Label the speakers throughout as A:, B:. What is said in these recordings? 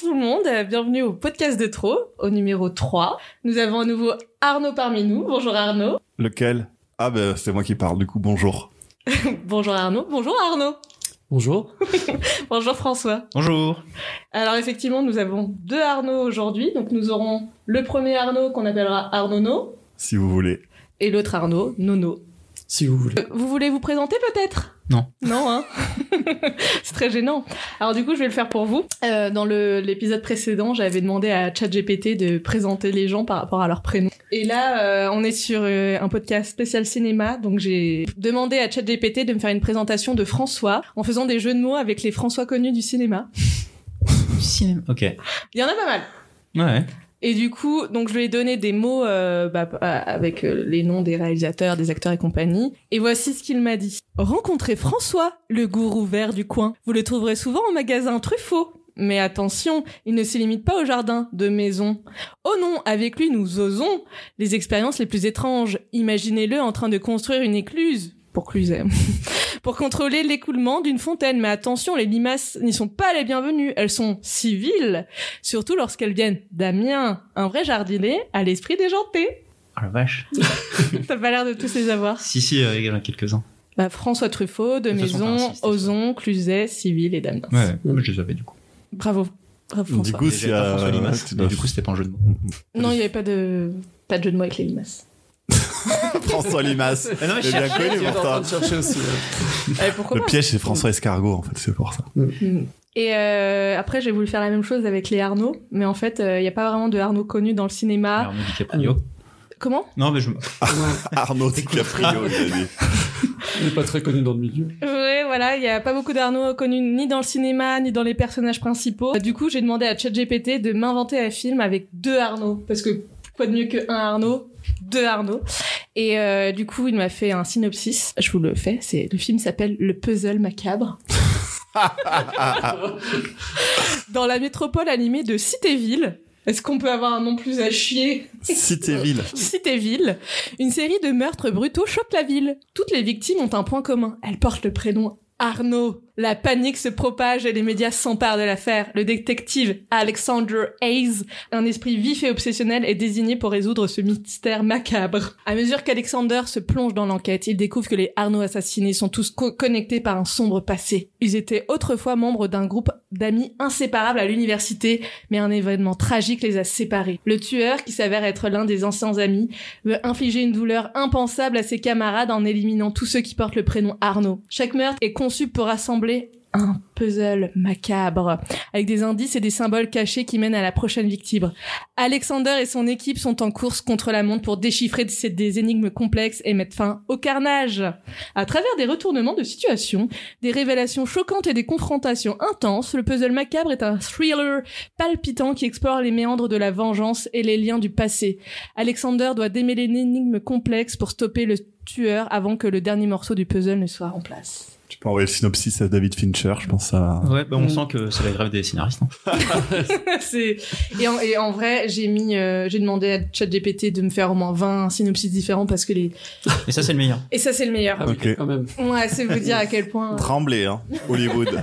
A: tout le monde, euh, bienvenue au podcast de trop, au numéro 3. Nous avons à nouveau Arnaud parmi nous. Bonjour Arnaud.
B: Lequel Ah ben c'est moi qui parle, du coup bonjour.
A: bonjour Arnaud. Bonjour Arnaud.
C: Bonjour.
A: Bonjour François.
D: Bonjour.
A: Alors effectivement, nous avons deux Arnaud aujourd'hui. Donc nous aurons le premier Arnaud qu'on appellera Arnaud No
B: Si vous voulez.
A: et l'autre Arnaud Nono.
C: Si vous voulez.
A: Euh, Vous voulez vous présenter peut-être
D: Non.
A: Non, hein C'est très gênant. Alors du coup, je vais le faire pour vous. Euh, dans le- l'épisode précédent, j'avais demandé à ChatGPT de présenter les gens par rapport à leur prénom. Et là, euh, on est sur euh, un podcast spécial cinéma, donc j'ai demandé à ChatGPT de me faire une présentation de François en faisant des jeux de mots avec les François connus du cinéma.
D: Cinéma. Ok.
A: Il y en a pas mal.
D: Ouais.
A: Et du coup, donc je lui ai donné des mots euh, bah, euh, avec euh, les noms des réalisateurs, des acteurs et compagnie. Et voici ce qu'il m'a dit. Rencontrez François, le gourou vert du coin. Vous le trouverez souvent au magasin Truffaut. Mais attention, il ne se limite pas au jardin de maison. Oh non, avec lui, nous osons les expériences les plus étranges. Imaginez-le en train de construire une écluse. Pour cluser. pour contrôler l'écoulement d'une fontaine. Mais attention, les limaces n'y sont pas les bienvenues. Elles sont civiles surtout lorsqu'elles viennent d'Amiens, un vrai jardinier à l'esprit déjanté.
D: Ah la vache.
A: T'as pas l'air de tous les avoir.
D: Si, si, euh, il y en a quelques-uns.
A: Bah, François Truffaut, De
D: De toute façon, t'as
A: Maison,
D: insisté,
A: Ozon, Cluzet, Civil et Damiens.
C: Mm.
D: je les avais du coup.
A: Bravo. Bravo
B: Du
A: François.
B: coup,
D: Mais
B: si euh,
D: j'avais pas François Limas,
B: tu
D: mais
B: dois-
D: du coup, c'était pas un jeu de mots.
A: non, il n'y avait pas de... pas de jeu de mots avec les limaces.
B: François Limas.
D: Ah non, mais
B: Il est bien connu pour ça.
C: chercher aussi. ouais.
A: Eh, pourquoi
B: Le
A: pas
B: piège c'est François Escargot en fait, c'est pour ça.
A: Mm. Et euh, après, j'ai voulu faire la même chose avec les Arnaud, mais en fait, euh, il n'y a pas vraiment de Arnaud connu dans le cinéma.
D: Arnaud
C: Ah
D: DiCaprio.
A: Comment
D: Non, mais je.
B: Arnaud DiCaprio, il a dit.
C: Il est pas très connu dans le milieu.
A: Ouais, voilà, il n'y a pas beaucoup d'Arnaud connus ni dans le cinéma, ni dans les personnages principaux. Du coup, j'ai demandé à ChatGPT de m'inventer un film avec deux Arnaud, parce que quoi de mieux que un Arnaud Deux Arnaud. Et euh, du coup, il m'a fait un synopsis. Je vous le fais. C'est le film s'appelle Le Puzzle Macabre. Dans la métropole animée de Citéville. Est-ce qu'on peut avoir un nom plus à chier
B: Citéville.
A: Citéville, une série de meurtres brutaux choque la ville. Toutes les victimes ont un point commun. Elles portent le prénom Arnaud. La panique se propage et les médias s'emparent de l'affaire. Le détective Alexander Hayes, un esprit vif et obsessionnel, est désigné pour résoudre ce mystère macabre. À mesure qu'Alexander se plonge dans l'enquête, il découvre que les Arnaud assassinés sont tous co- connectés par un sombre passé. Ils étaient autrefois membres d'un groupe d'amis inséparables à l'université mais un événement tragique les a séparés. Le tueur, qui s'avère être l'un des anciens amis, veut infliger une douleur impensable à ses camarades en éliminant tous ceux qui portent le prénom Arnaud. Chaque meurtre est conçu pour rassembler un puzzle macabre, avec des indices et des symboles cachés qui mènent à la prochaine victime. Alexander et son équipe sont en course contre la montre pour déchiffrer ces- des énigmes complexes et mettre fin au carnage. À travers des retournements de situation, des révélations choquantes et des confrontations intenses, le puzzle macabre est un thriller palpitant qui explore les méandres de la vengeance et les liens du passé. Alexander doit démêler une énigme complexe pour stopper le tueur avant que le dernier morceau du puzzle ne soit en place.
B: Tu peux envoyer le synopsis à David Fincher, je pense à...
D: Ouais, bah, on
C: Mm.
D: sent que c'est la grève des scénaristes. hein.
A: C'est- et, en, et en vrai, j'ai mis, euh, j'ai demandé à ChatGPT de me faire au moins 20 synopsis différents parce que les.
D: Et ça, c'est le meilleur.
A: Et ça, c'est le meilleur.
C: Ah oui,
B: Ok.
C: quand même.
A: Ouais, c'est vous dire à quel point.
B: Tremblay, hein. Hollywood.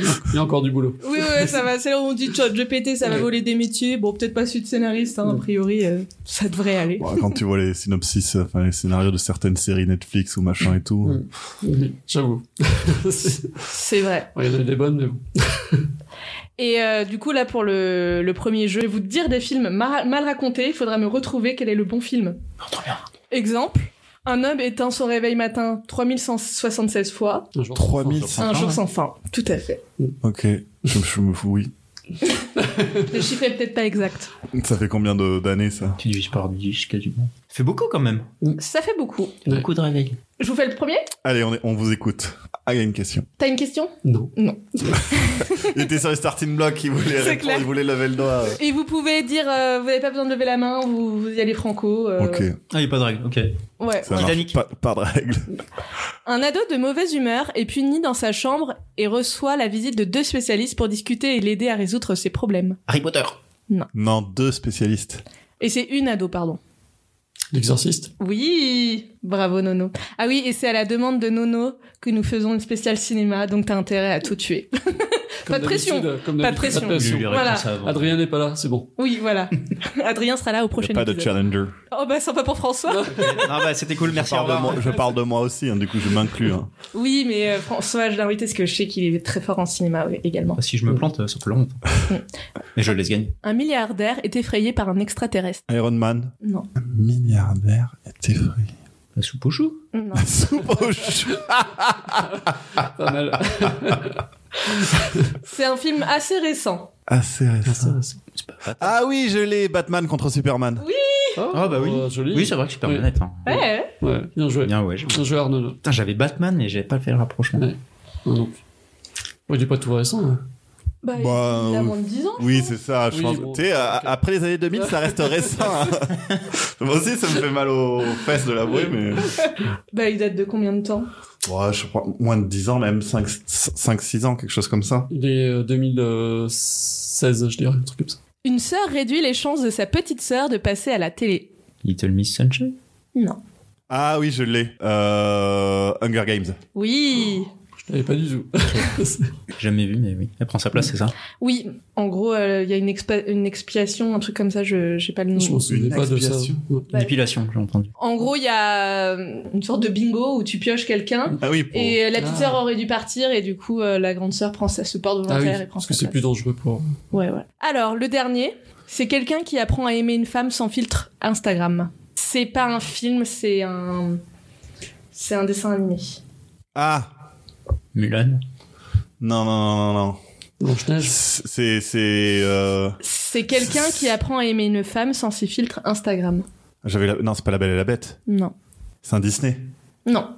C: Il y a encore du boulot.
A: Oui, oui, ça va. C'est là où on dit ChatGPT, ça va
C: Ouais.
A: voler des métiers. Bon, peut-être pas celui de scénariste, hein, a priori, euh, ça devrait aller.
B: Bon, quand tu vois les synopsis, euh, enfin les scénarios de certaines séries Netflix ou machin et tout.
C: Mm. Oui, J'avoue. C'est-
A: C'est vrai.
C: bon, Il y en a eu des bonnes, mais bon.
A: Et euh, du coup, là, pour le, le premier jeu, je vais vous dire des films ma- mal racontés. Il faudra me retrouver quel est le bon film. Exemple, un homme éteint son réveil matin 3176 fois.
C: Un jour,
B: 3000.
C: un jour.
A: un
D: fin,
A: jour
D: ouais.
A: sans fin. Tout à fait.
B: Ok. Je me je me fous, oui.
A: Le chiffre est peut-être pas exact.
B: Ça fait combien de- d'années ça
D: Tu divises par 10 quasiment. Ça fait beaucoup quand même.
A: Ça fait beaucoup.
C: Ouais.
D: Beaucoup de réveils.
A: Je vous fais le premier
B: Allez, on, est- on vous écoute. Ah, il y a une question.
A: T'as une question
C: Non.
B: Il était sur les starting blocks, il voulait
A: C'est
B: répondre,
A: clair.
B: il voulait lever le doigt.
A: Et vous pouvez dire, euh, vous n'avez pas besoin de lever la main, vous, vous y allez franco. euh,
B: Ok,
D: Ah, il n'y a pas de règle. Ok.
A: Ouais.
B: ça
D: Titanic.
B: marche. Pas, pas de règle.
A: Un ado de mauvaise humeur est puni dans sa chambre et reçoit la visite de deux spécialistes pour discuter et l'aider à résoudre ses problèmes.
D: Harry Potter.
B: Non, deux spécialistes.
A: Et c'est une ado, pardon.
C: L'exorciste.
A: Oui, bravo Nono. Ah oui, et c'est à la demande de Nono que nous faisons une spéciale cinéma, donc t'as intérêt à tout tuer. Pas de pression.
C: d'habitude, Comme
A: Pas de
C: d'habitude,
A: pression.
D: Il y a eu les
A: Voilà.
D: réponses avant.
C: Adrien n'est pas là, c'est bon.
A: Oui, voilà. Adrien sera là au prochain
B: Pas de
A: épisode.
B: challenger.
A: Oh bah sympa pour François.
D: Ah bah c'était cool, merci,
B: je,
D: au
B: parle de
D: revoir.
B: moi, je parle de moi aussi, hein, du coup je m'inclus. hein.
A: Oui, mais euh, François, je l'ai invité parce que je sais qu'il est très fort en cinéma oui, également.
D: Bah, si je me plante, euh, ça peut longtemps. Mais je laisse gagner.
A: Un milliardaire est effrayé par un extraterrestre.
B: Iron Man.
A: Non.
B: Un milliardaire est effrayé.
D: La soupe au chou
A: Non.
B: Soupe au chou.
C: Pas mal.
A: Ah, C'est un film assez récent.
B: Assez récent.
D: C'est pas fat.
B: Ah oui, je l'ai, Batman contre Superman.
D: Ah, bah oui.
C: euh, joli.
D: Oui, c'est vrai que Superman
C: Oui.
D: est un-
A: Ouais.
C: Ouais, bien joué.
D: hein. Bien, ouais. je-
C: Bien joué, Arnaud.
D: Putain, j'avais Batman et j'avais pas fait le rapprochement.
C: Non, non. Ouais, il est pas tout récent. hein.
A: Bah,
B: Bah,
A: il a
B: euh,
A: moins de 10 ans. je
B: Oui,
A: pense.
B: c'est ça, je
C: Oui,
B: pense.
C: bon,
B: tu sais, à-
C: ok.
B: après les années 2000, ça reste récent. hein. Moi aussi, ça me fait mal aux fesses de l'avouer, mais.
A: Bah, il date de combien de temps
B: Ouais, je crois, moins de 10 ans, même 5-6 ans, quelque chose comme ça.
C: Il est euh, 2016, je dirais, un truc comme ça.
A: Une sœur réduit les chances de sa petite sœur de passer à la télé.
D: Little Miss Sunshine
A: Non.
B: Ah oui, je l'ai. Euh, Hunger Games.
A: Oui.
C: Je l'avais pas du tout.
D: Jamais vu, mais oui. Elle prend sa place,
A: Bah
D: c'est ça
A: Oui. En gros, euh, il y a une, expa- une expiation, un truc comme ça, je j'ai pas le nom.
C: je m'en souvenais
B: Une
C: pas de ça.
B: expiation.
C: Ouais.
A: Bah,
D: Dépilation, j'ai entendu.
A: En gros, il y a euh, une sorte de bingo où tu pioches quelqu'un.
B: Ah oui, pour...
A: Et euh, la petite
C: Ah.
A: sœur aurait dû partir et du coup euh, la grande sœur prend sa, se porte
C: Ah oui,
A: volontaire et prend
C: parce que
A: sa
C: c'est
A: place.
C: plus dangereux pour.
A: Ouais, ouais. Alors, le dernier, c'est quelqu'un qui apprend à aimer une femme sans filtre Instagram. C'est pas un film, c'est un. C'est un dessin animé.
B: Ah
D: Mulan
B: Non, non, non, non, non.
C: Blanche-Neige.
B: C'est... c'est euh,
A: C'est quelqu'un qui apprend à aimer une femme sans ses filtres Instagram.
B: J'avais la... Non, c'est pas La Belle et la Bête.
A: Non.
B: C'est un Disney.
A: Non.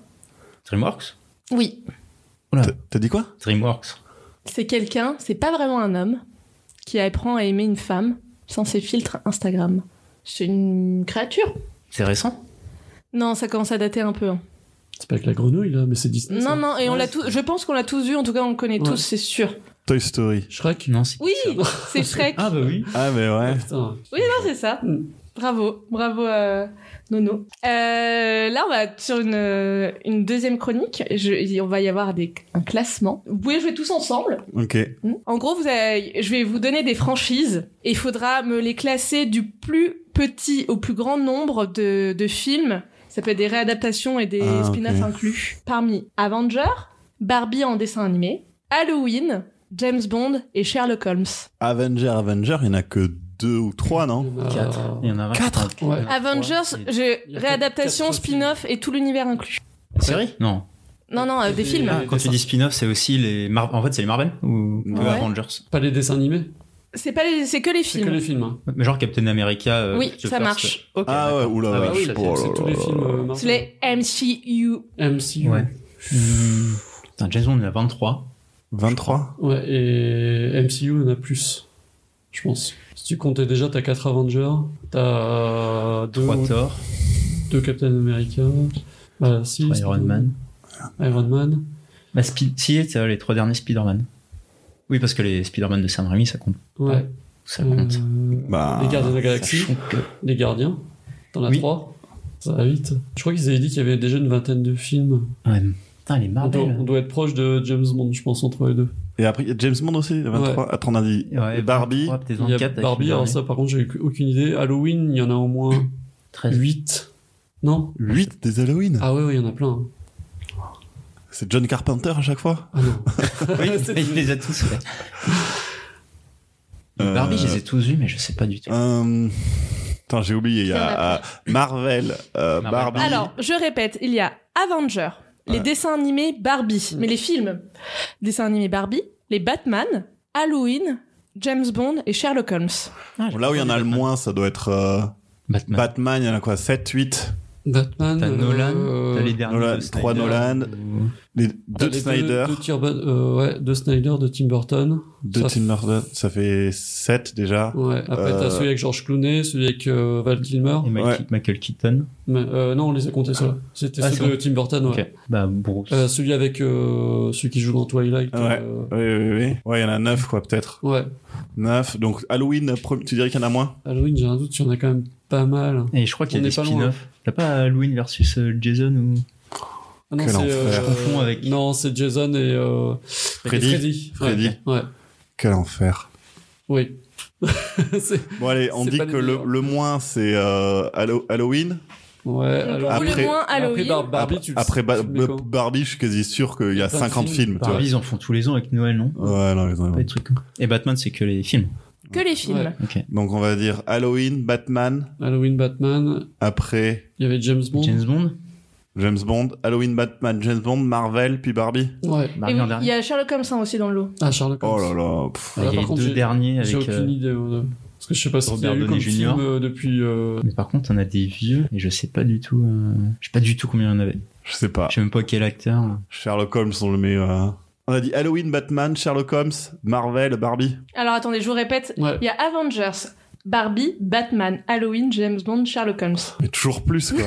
D: Dreamworks
A: Oui.
B: T'as- T'as dit quoi
D: Dreamworks.
A: C'est quelqu'un, c'est pas vraiment un homme, qui apprend à aimer une femme sans ses filtres Instagram. C'est une créature.
D: C'est récent
A: Non, ça commence à dater un peu. hein.
C: C'est pas avec la grenouille, là, mais c'est Disney. ça.
A: Non, non, et on
C: Ouais,
A: l'a
C: c'est-
A: tous. Je pense qu'on l'a tous vu, en tout cas, on le connaît
C: Ouais.
A: tous, c'est sûr.
B: Toy Story.
C: Shrek
D: Non, c'est
A: Oui,
D: Pixar.
A: c'est Shrek.
D: Ah bah oui.
B: Ah, mais
C: Ah,
B: ouais.
C: putain.
A: Oui, non, c'est ça.
C: Mm.
A: Bravo, bravo euh, Nono. Euh, là, on va être sur une, euh, une deuxième chronique. Je- il- on va y avoir des, un classement. Vous pouvez jouer tous ensemble.
B: Ok.
A: Mm. En gros, vous avez- je vais vous donner des franchises et il faudra me les classer du plus petit au plus grand nombre de, de films. Ça peut être des réadaptations et des
B: Ah,
A: spin-offs
B: ok.
A: inclus. Parmi Avenger, Barbie en dessin animé, Halloween, James Bond et Sherlock Holmes.
B: Avenger, Avenger, il y en a que deux ou trois, non
C: Il y en a-
D: Quatre. Il y en a
B: Quatre
D: vingt.
C: Ouais.
A: Avengers,
D: Ouais.
A: j'ai
C: Il y a
A: réadaptation,
C: quatre
A: spin-off et tout l'univers inclus.
D: Série Non.
A: Non, non, euh, des
C: Et-
A: films.
D: Ah, quand tu dis spin-off, c'est aussi les Mar- En fait, c'est les Marvel ou ou
B: Ouais.
D: Avengers.
C: Pas les dessins animés,
A: C'est pas les- c'est que les
C: c'est
A: films.
C: que les films. hein.
D: Mais genre Captain America. euh,
A: Oui,
D: Christopher,
A: ça marche.
D: c'est- Ok,
B: Ah ouais,
D: d'accord.
B: oula,
D: Ah
B: ouais,
D: bah
B: je
D: oui,
B: sais
D: là,
B: pas,
D: c'est-
B: oh là
C: C'est tous
B: là
C: les
B: là
C: films
B: là.
C: euh,
A: C'est
C: Marvel.
A: les MCU.
C: MCU.
D: Ouais.
C: Ouais.
D: Hum. Putain, Jason, on est à 23.
B: 23
C: et MCU, on a plus, je pense. Si tu comptais déjà, t'as 4 Avengers, t'as 2
D: 3 Thor,
C: Captain America, bah, six,
D: trois Iron Man.
C: Iron Man.
D: Bah, Spi- si, c'est les trois derniers Spider-Man. Oui, parce que les Spider-Man de Sam Raimi, ça compte.
C: Ouais.
D: Ça compte.
C: Euh,
B: Bah,
C: les Gardiens de la
D: Ça
C: Galaxie,
D: chante que-
C: les Gardiens, t'en as
D: Oui.
C: 3. Ça va vite. Je crois qu'ils avaient dit qu'il y avait déjà une vingtaine de films.
D: Ah, Ouais, putain, les
C: On doit,
D: Marvel.
C: on doit être proche de James Bond, je pense, entre les deux.
B: Et après, il y a James Bond aussi, le 23. Attends, on a dit
D: hein. Ouais,
B: et Barbie.
D: 23, peut-être
C: Il y a
D: 24, avec
C: Barbie,
D: le
C: alors
D: dernier.
C: ça par contre j'ai aucune idée. Halloween, il y en a au moins
D: 13.
C: 8. Non
B: 8 des Halloween.
C: Ah ouais, ouais, il y en a plein.
B: C'est John Carpenter à chaque fois
C: Ah non.
D: Oui, il les a tous fait.
B: Euh,
D: Barbie, je les ai tous vus, mais je sais pas du tout.
B: Euh, Attends, j'ai oublié. Il y
A: Il y en
B: a
A: a
B: euh, Marvel, euh,
D: Marvel.
B: Barbie.
A: Alors, je répète, il y a Avenger, les
B: Ouais. Mm.
A: dessins animés Barbie, mais les films. Dessins animés Barbie, les Batman, Halloween, James Bond et Sherlock Holmes.
D: Ah, j'ai
B: Là où il y en a le
D: Batman.
B: moins, ça doit être euh,
D: Batman.
B: Batman. Il y en a quoi 7, 8
C: Batman.
D: T'as Nolan,
C: euh,
D: t'as les derniers.
B: Nolan,
D: de Snyder.
B: trois Nolan.
D: Ou-
B: Les
C: t'as
B: deux
C: Ah, les
B: Snyder,
C: Deux, Turban- euh, ouais, deux Snyder, deux Tim Burton.
B: deux
C: ça-
B: Tim Burton. Ça fait 7 déjà.
C: Ouais. Après,
B: Euh,
C: t'as celui avec George Clooney, celui avec euh, Val Kilmer.
D: Et Michael,
B: Ouais.
D: Michael Keaton.
C: Mais, euh, non, on les a comptés, ceux-là. C'était
D: Ah,
C: ceux
D: c'est
C: de Tim Burton,
D: Ok.
C: ouais.
D: Bah, Bruce.
C: Euh, celui avec euh, celui qui joue dans Twilight.
B: Ouais.
C: euh,
B: Oui, oui, oui. Ouais, il y en a 9, quoi, peut-être.
C: ouais.
B: 9. Donc, Halloween, pro- tu dirais qu'il y en a moins
C: Halloween, j'ai un doute, il y en a quand même pas mal.
D: Et je crois qu'il y
C: on
D: a des
C: est pas loin.
D: spin-offs. T'as pas Halloween versus euh, Jason ou.
C: Ah non,
B: Quel
C: c'est,
B: enfer.
D: Je confonds avec-
C: Non, c'est Jason et euh,
B: Freddy.
C: et Freddy.
B: Freddy.
C: Ouais. ouais.
B: Quel enfer.
C: Oui. C'est-
B: Bon, allez, on
C: C'est
B: dit
C: pas les
B: que le,
C: meilleurs.
B: le moins, c'est euh, Hallo- Halloween.
C: Ouais,
A: Donc,
C: Euh, alors.
A: pour
B: Après-
A: le moins,
C: Après
A: Halloween.
C: Bar- Barbie,
B: Ap-
C: tu le
B: Après Ba-
C: tu le mets
B: Ba-
C: quand
B: Barbie, je suis quasi sûr qu'il y a
C: Plein de
B: 50
C: films.
B: films. tu vois.
D: Barbie, ils en font tous les ans avec Noël, non
B: Ouais, non, ils en ont-
D: Pas des trucs comme- Et Batman, c'est que les films.
A: Que les films.
C: Ouais.
D: Ok.
B: Donc on va dire Halloween, Batman,
C: Halloween, Batman,
B: après
C: il y avait James Bond.
D: James Bond
B: James Bond, Halloween, Batman, James Bond, Marvel, puis Barbie.
C: Ouais.
A: Et
D: Barbie
A: oui,
D: en
A: il
D: dernier.
A: y a Sherlock Holmes hein, aussi dans le lot.
C: Ah, Sherlock Holmes.
B: Oh là là. pff.
D: Il y
C: Ah,
D: a
C: par
D: les
C: contre,
D: deux
C: j'ai-
D: derniers
C: J'ai
D: avec. euh,
C: aucune idée. ouais, non. Parce que je sais pas ce qu'il y a
D: Robert
C: eu comme
D: Downey Jr.
C: film euh, depuis. euh,
D: Mais par contre, on a des vieux, et je sais pas du tout. euh, Je sais pas du tout combien il y en avait.
B: Je sais pas.
D: Je sais même pas quel acteur.
B: Sherlock Holmes, on le met. euh, On a dit Halloween, Batman, Sherlock Holmes, Marvel, Barbie.
A: Alors attendez, je vous répète.
C: Ouais.
A: Il y a Avengers, Barbie, Batman, Halloween, James Bond, Sherlock Holmes.
B: Mais toujours plus, quoi.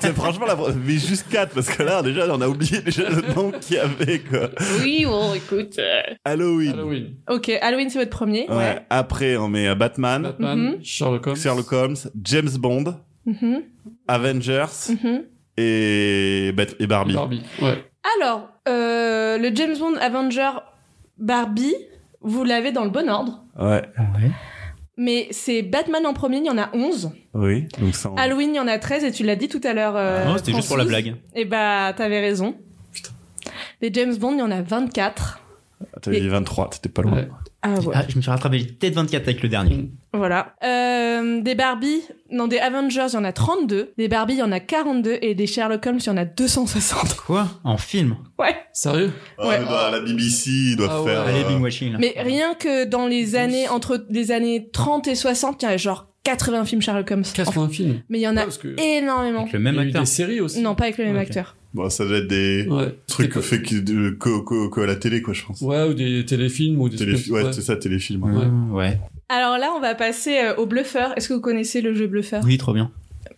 B: C'est franchement, la... mais juste 4, parce que là, déjà, on a oublié déjà le nom qu'il y avait, quoi.
A: Oui, bon, écoute.
B: Halloween.
C: Halloween,
A: Ok, Halloween, c'est votre premier.
B: Ouais. Après, on met euh, Batman,
C: Batman,
A: Mhm.
C: Sherlock Holmes.
B: Sherlock Holmes, James Bond,
A: Mhm,
B: Avengers
A: mhm.
B: et, Bat- et Barbie.
C: Barbie. Ouais.
A: Alors, euh, le James Bond Avenger Barbie, vous l'avez dans le bon ordre.
B: Ouais.
D: Ouais.
A: Mais c'est Batman en premier, il y en a 11.
B: Oui. Donc ça, on-
A: Halloween, il y en a 13, et tu l'as dit tout à l'heure. euh,
D: non, c'était juste pour la
A: Francis.
D: blague.
A: Eh bah, t'avais raison.
C: Putain.
A: Les James Bond, il y en a 24.
B: T'avais Ah, dit 23, t'étais pas loin.
C: Ouais.
A: Ah ouais.
D: Ah, je me suis rattrapé, j'ai peut-être 24 avec le dernier.
A: Voilà. Euh, des Barbie, non, des Avengers, il y en a 32. Des Barbie, il y en a 42. Et des Sherlock Holmes, il y en a 260.
D: Quoi En film
A: Ouais.
C: Sérieux
B: Ah,
A: Ouais.
B: mais bah, la BBC, ils doivent
C: Ah ouais.
B: faire.
D: Allez,
B: euh,
D: Bing Watching. là.
A: Mais rien que dans les
C: Douze.
A: années, entre les années 30 et 60, il y a genre 80 films Sherlock Holmes. Enfin,
C: 80 films.
A: mais il y en
C: Ouais,
A: a
C: parce que
A: énormément.
D: Avec le
C: il y
D: même
C: a eu
D: acteur.
C: des séries aussi.
A: Non, pas avec le même
D: Ok.
A: acteur.
B: Bon, ça doit être des
C: Ouais.
B: trucs
C: C'était-
B: que fait que, de- euh, que, que- que à la télé, quoi, je pense.
C: Ouais, ou des téléfilms ou des
B: Téléfi-
C: trucs-
B: ouais,
C: ouais.
B: c'est ça, téléfilm. ouais.
D: Ah, ouais.
A: Alors là, on va passer euh, au bluffeur. Est-ce que vous connaissez le jeu bluffeur
D: Oui, trop bien.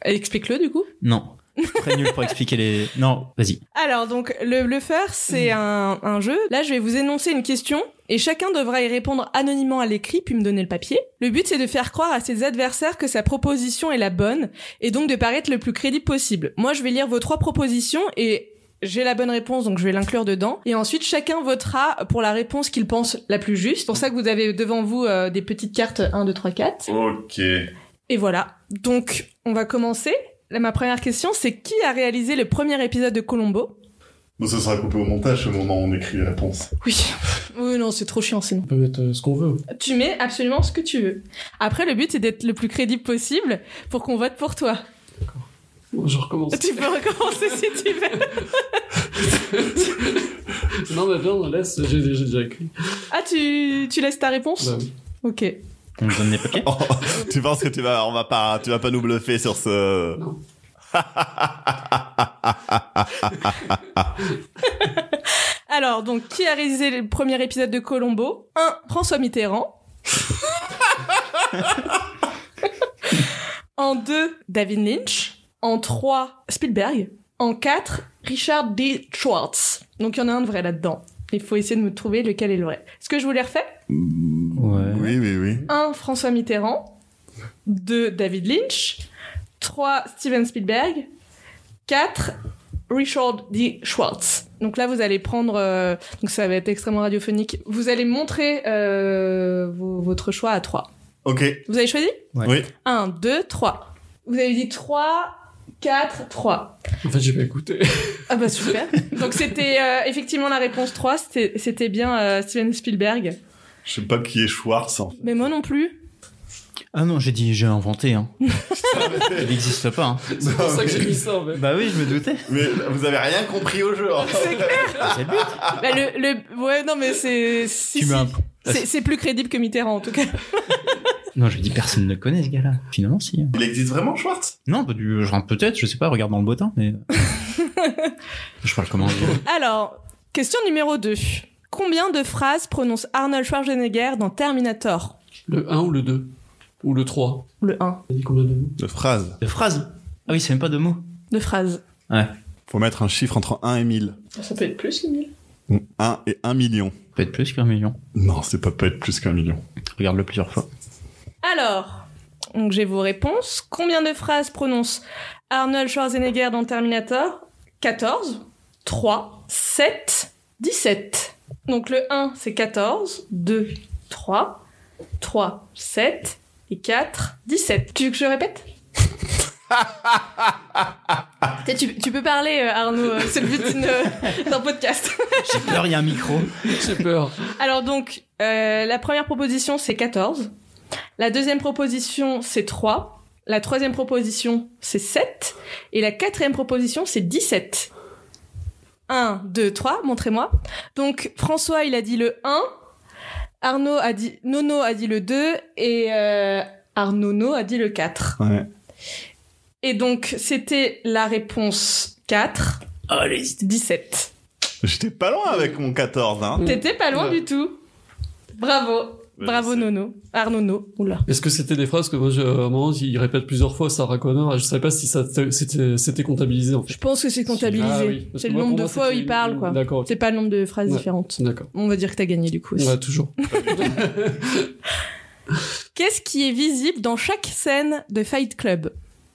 A: Explique-le du coup.
D: Non. Je suis très nul pour expliquer les. Non, vas-y.
A: Alors donc le bluffeur c'est un, un jeu. Là je vais vous énoncer une question et chacun devra y répondre anonymement à l'écrit puis me donner le papier. Le but c'est de faire croire à ses adversaires que sa proposition est la bonne et donc de paraître le plus crédible possible. Moi je vais lire vos trois propositions et j'ai la bonne réponse donc je vais l'inclure dedans et ensuite chacun votera pour la réponse qu'il pense la plus juste. C'est pour ça que vous avez devant vous euh, des petites cartes 1 2 3 4
B: Ok.
A: et voilà. Donc, on va commencer. Là, ma première question, c'est qui a réalisé le premier épisode de Colombo
B: Bon, ça sera coupé au montage au moment où on écrit la réponse.
A: Oui. oui, non, c'est trop chiant sinon.
C: On peut mettre euh, ce qu'on veut.
A: Tu mets absolument ce que tu veux. Après, le but, c'est d'être le plus crédible possible pour qu'on vote pour toi.
C: Je recommence.
A: Tu peux recommencer si tu veux.
C: non, mais viens, laisse, j'ai j'ai déjà écrit.
A: Ah, tu, tu laisses ta réponse
C: Bah oui.
A: Ok.
D: On me donne les papiers
B: Oh, tu penses que tu vas, on va pas, tu vas pas nous bluffer sur ce.
C: Non.
A: Alors, donc, qui a réalisé le premier épisode de Colombo 1. François Mitterrand. en 2. David Lynch. En 3. Spielberg. En 4. Richard D. Schwartz. Donc, il y en a un de vrai là-dedans. Il faut essayer de me trouver lequel est le vrai. Est-ce que je vous les refais
D: Ouais.
B: Oui, oui, oui.
A: 1. François Mitterrand. 2. David Lynch. 3. Steven Spielberg. 4. Richard D. Schwartz. Donc là, vous allez prendre. euh, donc ça va être extrêmement radiophonique. Vous allez montrer euh, vos- votre choix à 3.
B: Ok.
A: Vous avez choisi
D: Ouais.
B: Oui.
A: 1, 2, 3. Vous avez dit 3, 4, 3.
C: En fait, j'ai pas écouté.
A: Ah bah super. donc c'était euh, effectivement la réponse 3. C'était c'était bien euh, Steven Spielberg.
B: Je sais pas qui est Schwartz. hein. en fait.
A: Mais moi non plus.
D: Ah non, j'ai dit, j'ai inventé. Hein. Il n'existe pas. hein.
C: C'est pour ça que j'ai mis ça, en fait.
D: Bah oui, je me doutais.
B: Mais vous avez rien compris au jeu. hein.
A: C'est clair.
D: C'est le but.
A: Bah, le, le- Ouais, non, mais c'est. si,
D: Tu
A: si.
D: m'as un-
A: C'est c'est plus crédible que Mitterrand en tout cas.
D: Non, je dis, personne ne connaît ce gars-là. Finalement, si. hein.
B: Il existe vraiment Schwartz
D: Non, bah, du... genre, peut-être, je sais pas, regarde dans le bottin, mais. je parle comment je-
A: Alors, question numéro 2. Combien de phrases prononce Arnold Schwarzenegger dans Terminator
C: Le 1 ou le 2 Ou le 3
A: Le 1.
C: T'as dit combien de mots
B: De phrase.
D: De phrases Ah oui, c'est même pas de mots.
A: De phrases.
B: Faut mettre un chiffre entre 1 et 1000.
A: Ça peut être plus que 1000
B: 1 et 1 million.
D: Peut-être plus qu'un million.
B: Mm. Non, c'est pas peut être plus qu'un million.
D: Regarde-le plusieurs fois.
A: Alors, donc j'ai vos réponses. Combien de phrases prononce Arnold Schwarzenegger dans Terminator 14, 3, 7, 17. Donc le 1 c'est 14, 2, 3, 3, 7 et 4, 17. Tu veux que je répète Tiens, tu, tu peux parler, euh, Arnaud, euh, c'est le but d'une, euh, d'un podcast.
D: J'ai peur, il y a un micro.
C: J'ai peur.
A: Alors donc, euh, la première proposition, c'est 14. La deuxième proposition, c'est 3. La troisième proposition, c'est 7. Et la quatrième proposition, c'est 17. 1, 2, 3, montrez-moi. Donc, François, il a dit le 1. Arnaud a dit... Nono a dit le 2. Et euh, Arnaud No a dit le 4.
B: Ouais.
A: Et donc, c'était la réponse 4.
D: Allez.
A: 17.
B: J'étais pas loin avec mon 14, hein.
A: T'étais pas loin
C: Mm. Ouais.
A: du tout. Bravo.
B: Ouais,
A: Bravo
B: je sais.
A: Nono. Arnaud No. Oula.
C: Est-ce que c'était des phrases que moi, je- à un moment, il répète plusieurs fois, Sarah Connor, et je savais pas si ça t- c'était c'était comptabilisé, en fait.
A: Je pense que c'est comptabilisé.
C: Ah oui, parce
A: c'est
C: que
A: le
C: moi,
A: nombre
C: pour
A: de
C: moi,
A: fois où
C: c'était
A: il parle, quoi.
C: D'accord, ok.
A: C'est pas le nombre de phrases
C: Ouais.
A: différentes.
C: d'accord.
A: On va dire que t'as gagné du coup. aussi.
C: Ouais, toujours.
A: Qu'est-ce qui est visible dans chaque scène de Fight Club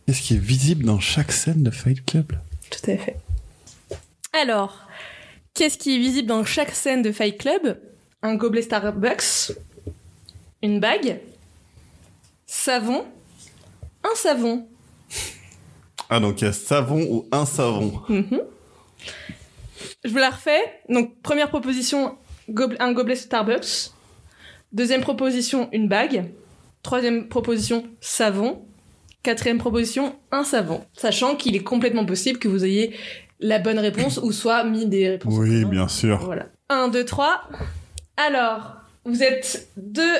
B: Qu'est-ce qui est visible dans chaque scène de Fight Club
A: Tout à fait. Alors, qu'est-ce qui est visible dans chaque scène de Fight Club Un gobelet Starbucks, une bague, savon, un savon.
B: Ah, donc il y a savon ou un savon.
A: Mhm. Je vous la refais. Donc, première proposition, gobe- un gobelet Starbucks. Deuxième proposition, une bague. Troisième proposition, savon. Quatrième proposition, un savon. Sachant qu'il est complètement possible que vous ayez la bonne réponse ou soit mis des réponses.
B: Oui,
A: en commun.
B: bien sûr.
A: Voilà. 1, 2, 3. Alors, vous êtes deux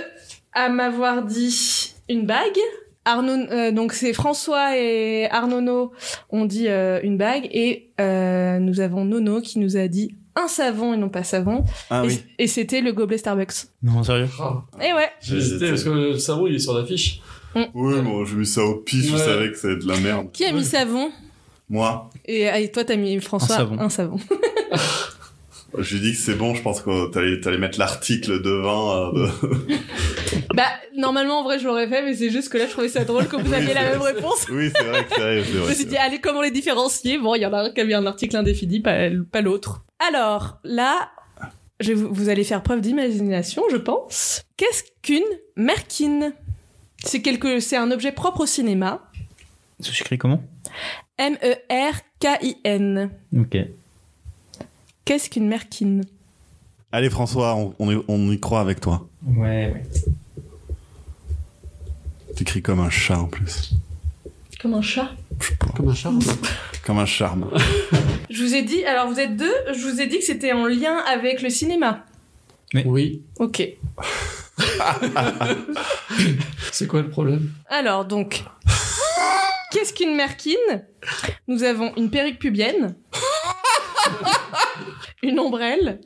A: à m'avoir dit une bague. Arnaud, euh, donc c'est François et Arnaud No ont dit euh, une bague et euh, nous avons Nono qui nous a dit un savon et non pas savon.
B: Ah
A: et
B: oui.
A: et c'était le gobelet Starbucks.
D: Non, sérieux.
C: Ah,
A: Et ouais,
C: J'ai hésité parce que le savon il est sur l'affiche.
B: Oui, bon, j'ai mis ça au pif, je
C: Ouais.
B: savais que ça allait être de la merde.
A: qui a mis savon
B: Moi,
A: et, ah, et toi t'as mis François
D: Un savon.
A: un savon.
B: j'ai dit que c'est bon, je pense que t'allais, t'allais mettre l'article devant. euh, de-
A: bah normalement en vrai je l'aurais fait mais c'est juste que là je trouvais ça drôle que vous
B: Oui,
A: aviez la
B: c'est-
A: même réponse.
B: Oui, c'est vrai que c'est vrai. c'est
A: Je
B: vrai,
A: me
B: c'est
A: suis dit,
B: vrai.
A: allez, comment les différencier Bon, il y en a un qui a mis un article indéfini, pas, pas l'autre. Alors, là, je, vous vous allez faire preuve d'imagination, je pense. Qu'est-ce qu'une merkine C'est quelque, c'est un objet propre au cinéma. E
D: Ça s'écrit comment
A: M-E-R-K-I-N.
D: Ok.
A: Qu'est-ce qu'une merkine
B: Allez, François, on, on y- on y croit avec toi.
D: Ouais, ouais.
B: T'écris comme un chat en plus.
A: Comme un chat.
C: Comme un charme.
B: Comme un charme.
A: Je vous ai dit, alors vous êtes deux, je vous ai dit que c'était en lien avec le cinéma.
C: Oui.
A: Ok.
C: C'est quoi le problème
A: Alors donc, qu'est-ce qu'une merkine Nous avons une perruque pubienne, une ombrelle,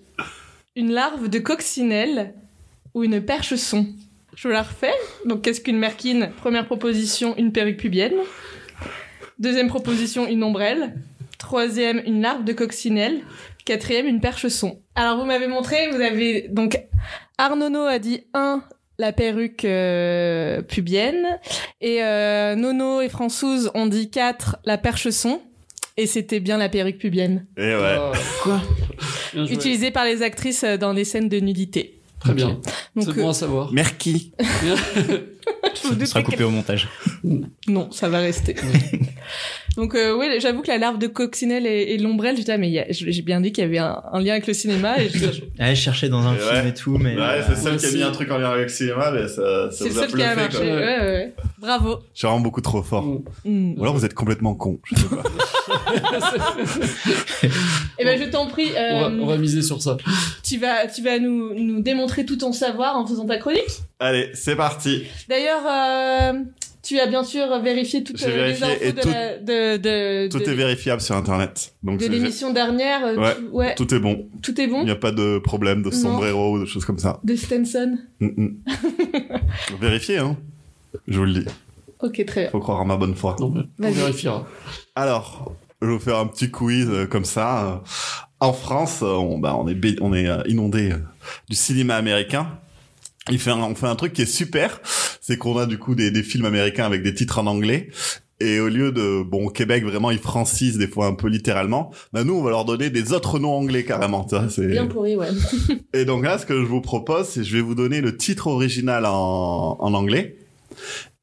A: une larve de coccinelle ou une perche son. Je vous la refais. Donc qu'est-ce qu'une merkine Première proposition, une perruque pubienne. Deuxième proposition, une ombrelle. Troisième, une larve de coccinelle. Quatrième, une perche son. Alors vous m'avez montré, vous avez donc Arnono a dit 1 la perruque euh, pubienne, et euh, Nono et Françoise ont dit 4, la perche son. Et c'était bien la perruque pubienne,
B: Et Eh ouais.
C: Ah,
D: Quoi
C: bien joué.
A: utilisée par les actrices euh, dans des scènes de nudité.
C: Très bien.
A: Donc,
C: C'est
A: euh,
C: bon à savoir.
B: Merki.
A: je vous
D: Ça
A: doute
D: sera
A: que-
D: coupé au montage.
A: Non, ça va rester. Donc, euh, ouais, j'avoue que la larve de coccinelle et, et l'ombrelle, j'étais, ah, mais il y a- j'ai bien dit qu'il y avait un, un lien avec le cinéma. Et je-
D: Allez, chercher dans un
B: Et
D: film
B: ouais.
D: et tout, mais.
B: Ouais,
D: euh,
B: c'est celle qui a
C: Merci.
B: mis un truc en lien avec le cinéma, mais ça, ça
A: c'est le
B: vous a
A: seul qui a
B: bluffé,
A: marché.
B: quoi.
A: Ouais, ouais, ouais. Bravo.
B: J'ai vraiment beaucoup trop fort.
C: Mm.
A: Mm.
B: Ou alors vous êtes complètement con, je sais pas.
A: Eh ben, je t'en prie,
C: on, va,
A: euh,
C: on va miser sur ça.
A: tu vas, tu vas nous, nous démontrer tout ton savoir en faisant ta chronique.
B: Allez, c'est parti.
A: D'ailleurs, euh, tu as bien sûr vérifié toutes
B: J'ai
A: euh, les
B: vérifié
A: infos
B: et
A: de,
B: tout-
A: la- de, de-
B: Tout
A: de-
B: est vérifiable sur internet. Donc
A: de
B: c'est-
A: l'émission dernière. euh,
B: Ouais.
A: tout- ouais,
B: tout est bon.
A: tout est
B: Il
A: bon.
B: n'y a pas de problème de
A: Non.
B: sombrero ou de choses comme ça.
A: De Stenson.
B: Mm, mm. Vérifiez, hein. Je vous le dis.
A: Ok, très bien.
B: Faut croire en ma bonne foi.
C: Non, mais on
A: Vas-y.
C: vérifiera.
B: Alors, je vais vous faire un petit quiz euh, comme ça. Euh, En France, euh, on, bah, on est, bé- on est euh, inondé euh, du cinéma américain. Il fait un- on fait un truc qui est super, c'est qu'on a du coup des, des films américains avec des titres en anglais. Et au lieu de, bon, au Québec, vraiment, ils francisent des fois un peu littéralement. Bah, nous, on va leur donner des autres noms anglais, carrément, tu vois, c'est-
E: Bien pourri, ouais.
B: Et donc là, ce que je vous propose, c'est je vais vous donner le titre original en, en anglais.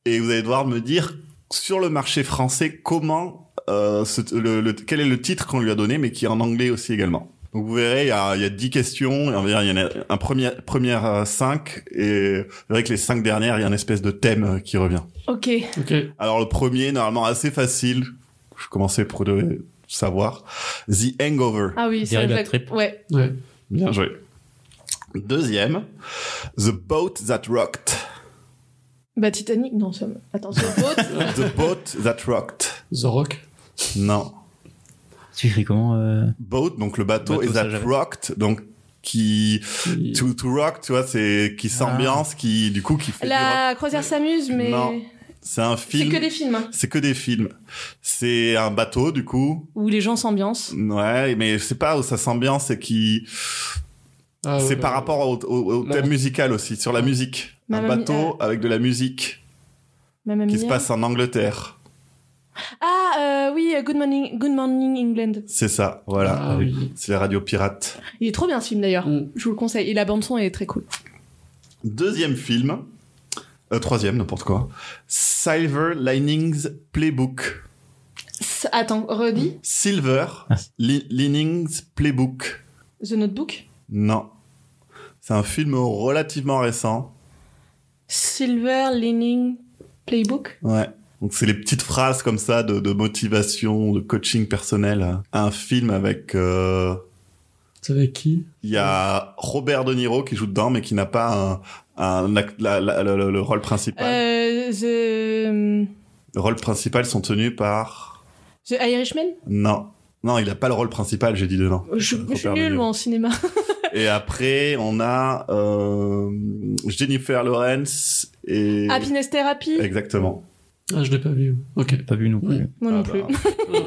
B: Et vous allez devoir me dire, sur le marché français, comment, euh, ce- le, le- quel est le titre qu'on lui a donné, mais qui est en anglais aussi également. Donc vous verrez, il y a, il y a 10 questions, il y en a- il y en a un premier, première euh, 5, et vous verrez que les 5 dernières, il y a une espèce de thème euh, qui revient.
A: Ok.
C: Ok.
B: Alors le premier, normalement assez facile, je commençais pour le savoir, The Hangover.
A: Ah oui, ça,
D: Derive
A: je
D: la
A: l'ai-
D: trip.
A: Ouais.
C: Ouais.
B: Bien joué. Deuxième, The Boat That Rocked.
A: Bah Titanic, non, ça me... Attends, c'est autre.
B: The Boat That Rocked.
C: The Rock.
B: Non.
D: Tu écris comment euh,
B: Boat, donc le bateau,
D: Bateau,
B: et
D: ça,
B: That
D: j'avais.
B: Rocked, donc qui...
C: Il-
B: To, to rock, tu vois, c'est
C: Ah.
B: qui s'ambiance, qui du coup qui fait... du rock.
A: La croisière s'amuse, mais...
B: Non. C'est un
A: C'est
B: film.
A: que des films. hein,
B: C'est que des films. C'est un bateau, du coup.
A: Où les gens s'ambiancent.
B: Ouais, mais c'est pas où ça s'ambiance, c'est qui...
C: Ah, ouais,
B: c'est par
C: bah,
B: rapport au, au- au
C: La-
B: thème musical aussi, sur la musique.
A: Mamma
B: un
A: Mia.
B: bateau avec de la musique
A: Mamma
B: qui se
A: Mia.
B: passe en Angleterre.
A: Ah euh, oui, euh, Good Morning, Good Morning England.
B: C'est ça, voilà.
C: Ah, oui.
B: C'est les radios pirates.
A: Il est trop bien ce film d'ailleurs.
C: Mm.
A: Je vous le conseille. Et la bande son est très cool.
B: Deuxième film, euh, troisième, n'importe quoi. Silver Linings Playbook.
A: S- Attends, redis.
B: Silver Li- Linings Playbook.
A: The Notebook.
B: Non. C'est un film relativement récent.
A: Silver Lining Playbook.
B: Ouais. Donc c'est les petites phrases comme ça de, de motivation, de coaching personnel. Un film avec... euh,
C: C'est avec qui
B: Il y a Robert De Niro qui joue dedans, mais qui n'a pas un, un act- la- la- la- le, le rôle principal.
A: Euh, the... um,
B: Le rôle principal sont tenus par...
A: the Irishman.
B: Non. Non, il a pas le rôle principal, j'ai dit dedans.
A: Je, je suis
B: Robert De
A: nulle
B: Niro.
A: moi en cinéma.
B: Et après, on a euh, Jennifer Lawrence et...
A: Happiness Therapy.
B: Exactement.
C: Ah, je l'ai pas vu. Ok.
D: Pas vu non plus.
A: Moi non
B: Ah
A: plus.
B: bah,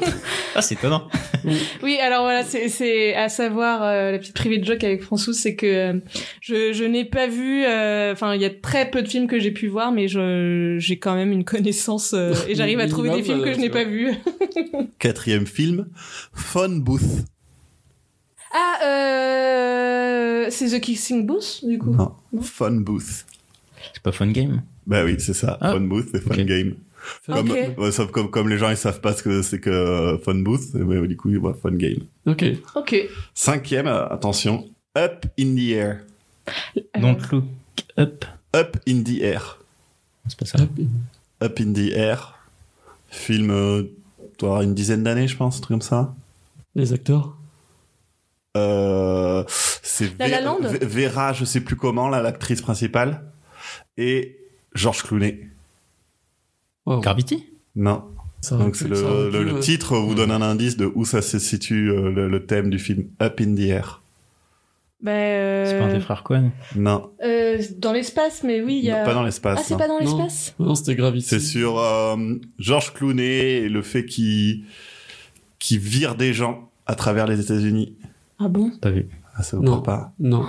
D: Ah, c'est étonnant.
A: Oui, alors voilà, c'est- c'est à savoir euh, la petite privée de joke avec François, c'est que euh, je, je n'ai pas vu, euh, enfin il y a très peu de films que j'ai pu voir, mais je j'ai quand même une connaissance euh, et j'arrive à trouver des films que je n'ai pas vus.
B: Quatrième film, Phone Booth.
A: Ah, euh, c'est The Kissing Booth du coup.
B: Non,
A: Non.
B: Phone Booth.
D: C'est pas fun game.
B: Bah oui, c'est ça.
D: Ah.
B: Phone Booth, c'est Fun
D: Ok.
B: Game. Comme, euh,
A: Ok.
B: ouais, sauf comme, comme les gens, ils savent pas ce que c'est que Phone Booth. et ouais, du coup, ils voient Fun Game.
C: Ok.
A: Ok.
B: Cinquième, euh, attention, Up in the Air.
D: Don't look up.
B: Up in the Air.
D: C'est pas ça.
A: Ah.
C: Hop.
B: Up in the Air. Film, euh, doit avoir une dizaine d'années, je pense, un truc comme ça.
C: Les acteurs.
B: Euh, c'est
A: La La
B: Vé-
A: Land
B: Vé- Vera, je sais plus comment, là, l'actrice principale. Et Georges Clooney.
C: Wow.
D: Oh. Gravity
B: Non.
C: Ah, Ça
B: Donc, c'est
C: recule, ça
B: le, le-
C: recule,
B: le
C: ouais.
B: titre vous donne un indice de où ça se situe, euh, le, le thème du film Up in the Air.
A: Ben, euh,
D: C'est pas un des frères Cohen.
B: Non.
A: euh, dans l'espace, mais oui, il y a.
B: Pas dans l'espace.
A: ah, c'est
B: non.
A: pas dans
C: Non.
A: l'espace.
C: Non, c'était Gravity.
B: C'est sur euh, Georges Clooney et le fait qu'il qu'il vire des gens à travers les États-Unis.
A: Ah bon.
D: Pas vu.
B: Ah, ça vous
C: Non.
B: parle pas
C: Non.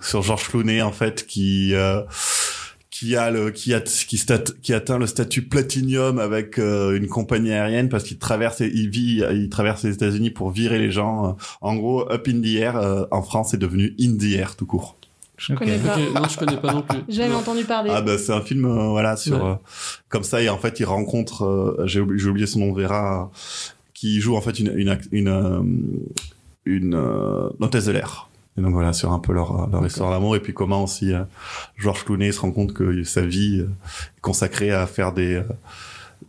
B: sur Georges Clooney en fait qui euh, qui a le qui a qui, stat- qui atteint le statut platinium avec euh, une compagnie aérienne parce qu'il traverse et il vit il traverse les États-Unis pour virer les gens. euh, En gros, Up in the Air euh, en France est devenu In the Air tout court.
D: Je
A: connais pas.
C: Ok, non, je connais pas non plus.
A: J'ai Jamais entendu parler.
B: Ah bah c'est un film euh, voilà sur
C: Ouais.
B: euh, comme ça et en fait il rencontre euh, j'ai oublié, j'ai oublié son nom Vera euh, qui joue en fait une une ac- une, euh, une, euh, hôtesse de l'air. Et donc voilà sur un peu leur leur histoire d'amour et puis comment aussi euh, Georges Clooney se rend compte que sa vie euh, est consacrée à faire des euh,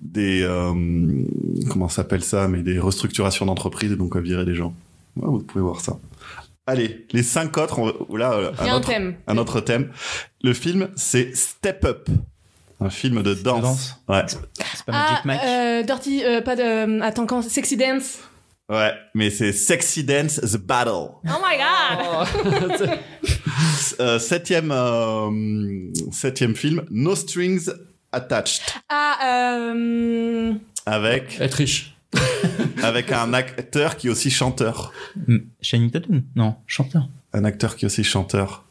B: des euh, comment ça s'appelle ça mais des restructurations d'entreprises et donc à virer des gens. Ouais, vous pouvez voir ça. Allez, les cinq autres, on, va- là, euh,
A: Il y a
B: un
A: un
B: autre-
A: thème.
B: un autre thème. Le film, c'est Step Up. Un film de danse.
D: danse.
B: Ouais.
D: C'est pas
A: Ah,
D: Magic Mike.
A: euh, Dirty, euh, pas de. euh, attends, quand Sexy Dance.
B: Ouais. Mais c'est Sexy Dance The Battle.
A: Oh my god!
B: Euh, septième, euh, septième film, No Strings Attached.
A: Ah, euh...
B: Avec,
C: Être riche.
B: avec un acteur qui est aussi chanteur.
D: Hmm. Channing Tatum Non, chanteur.
B: Un acteur qui est aussi chanteur.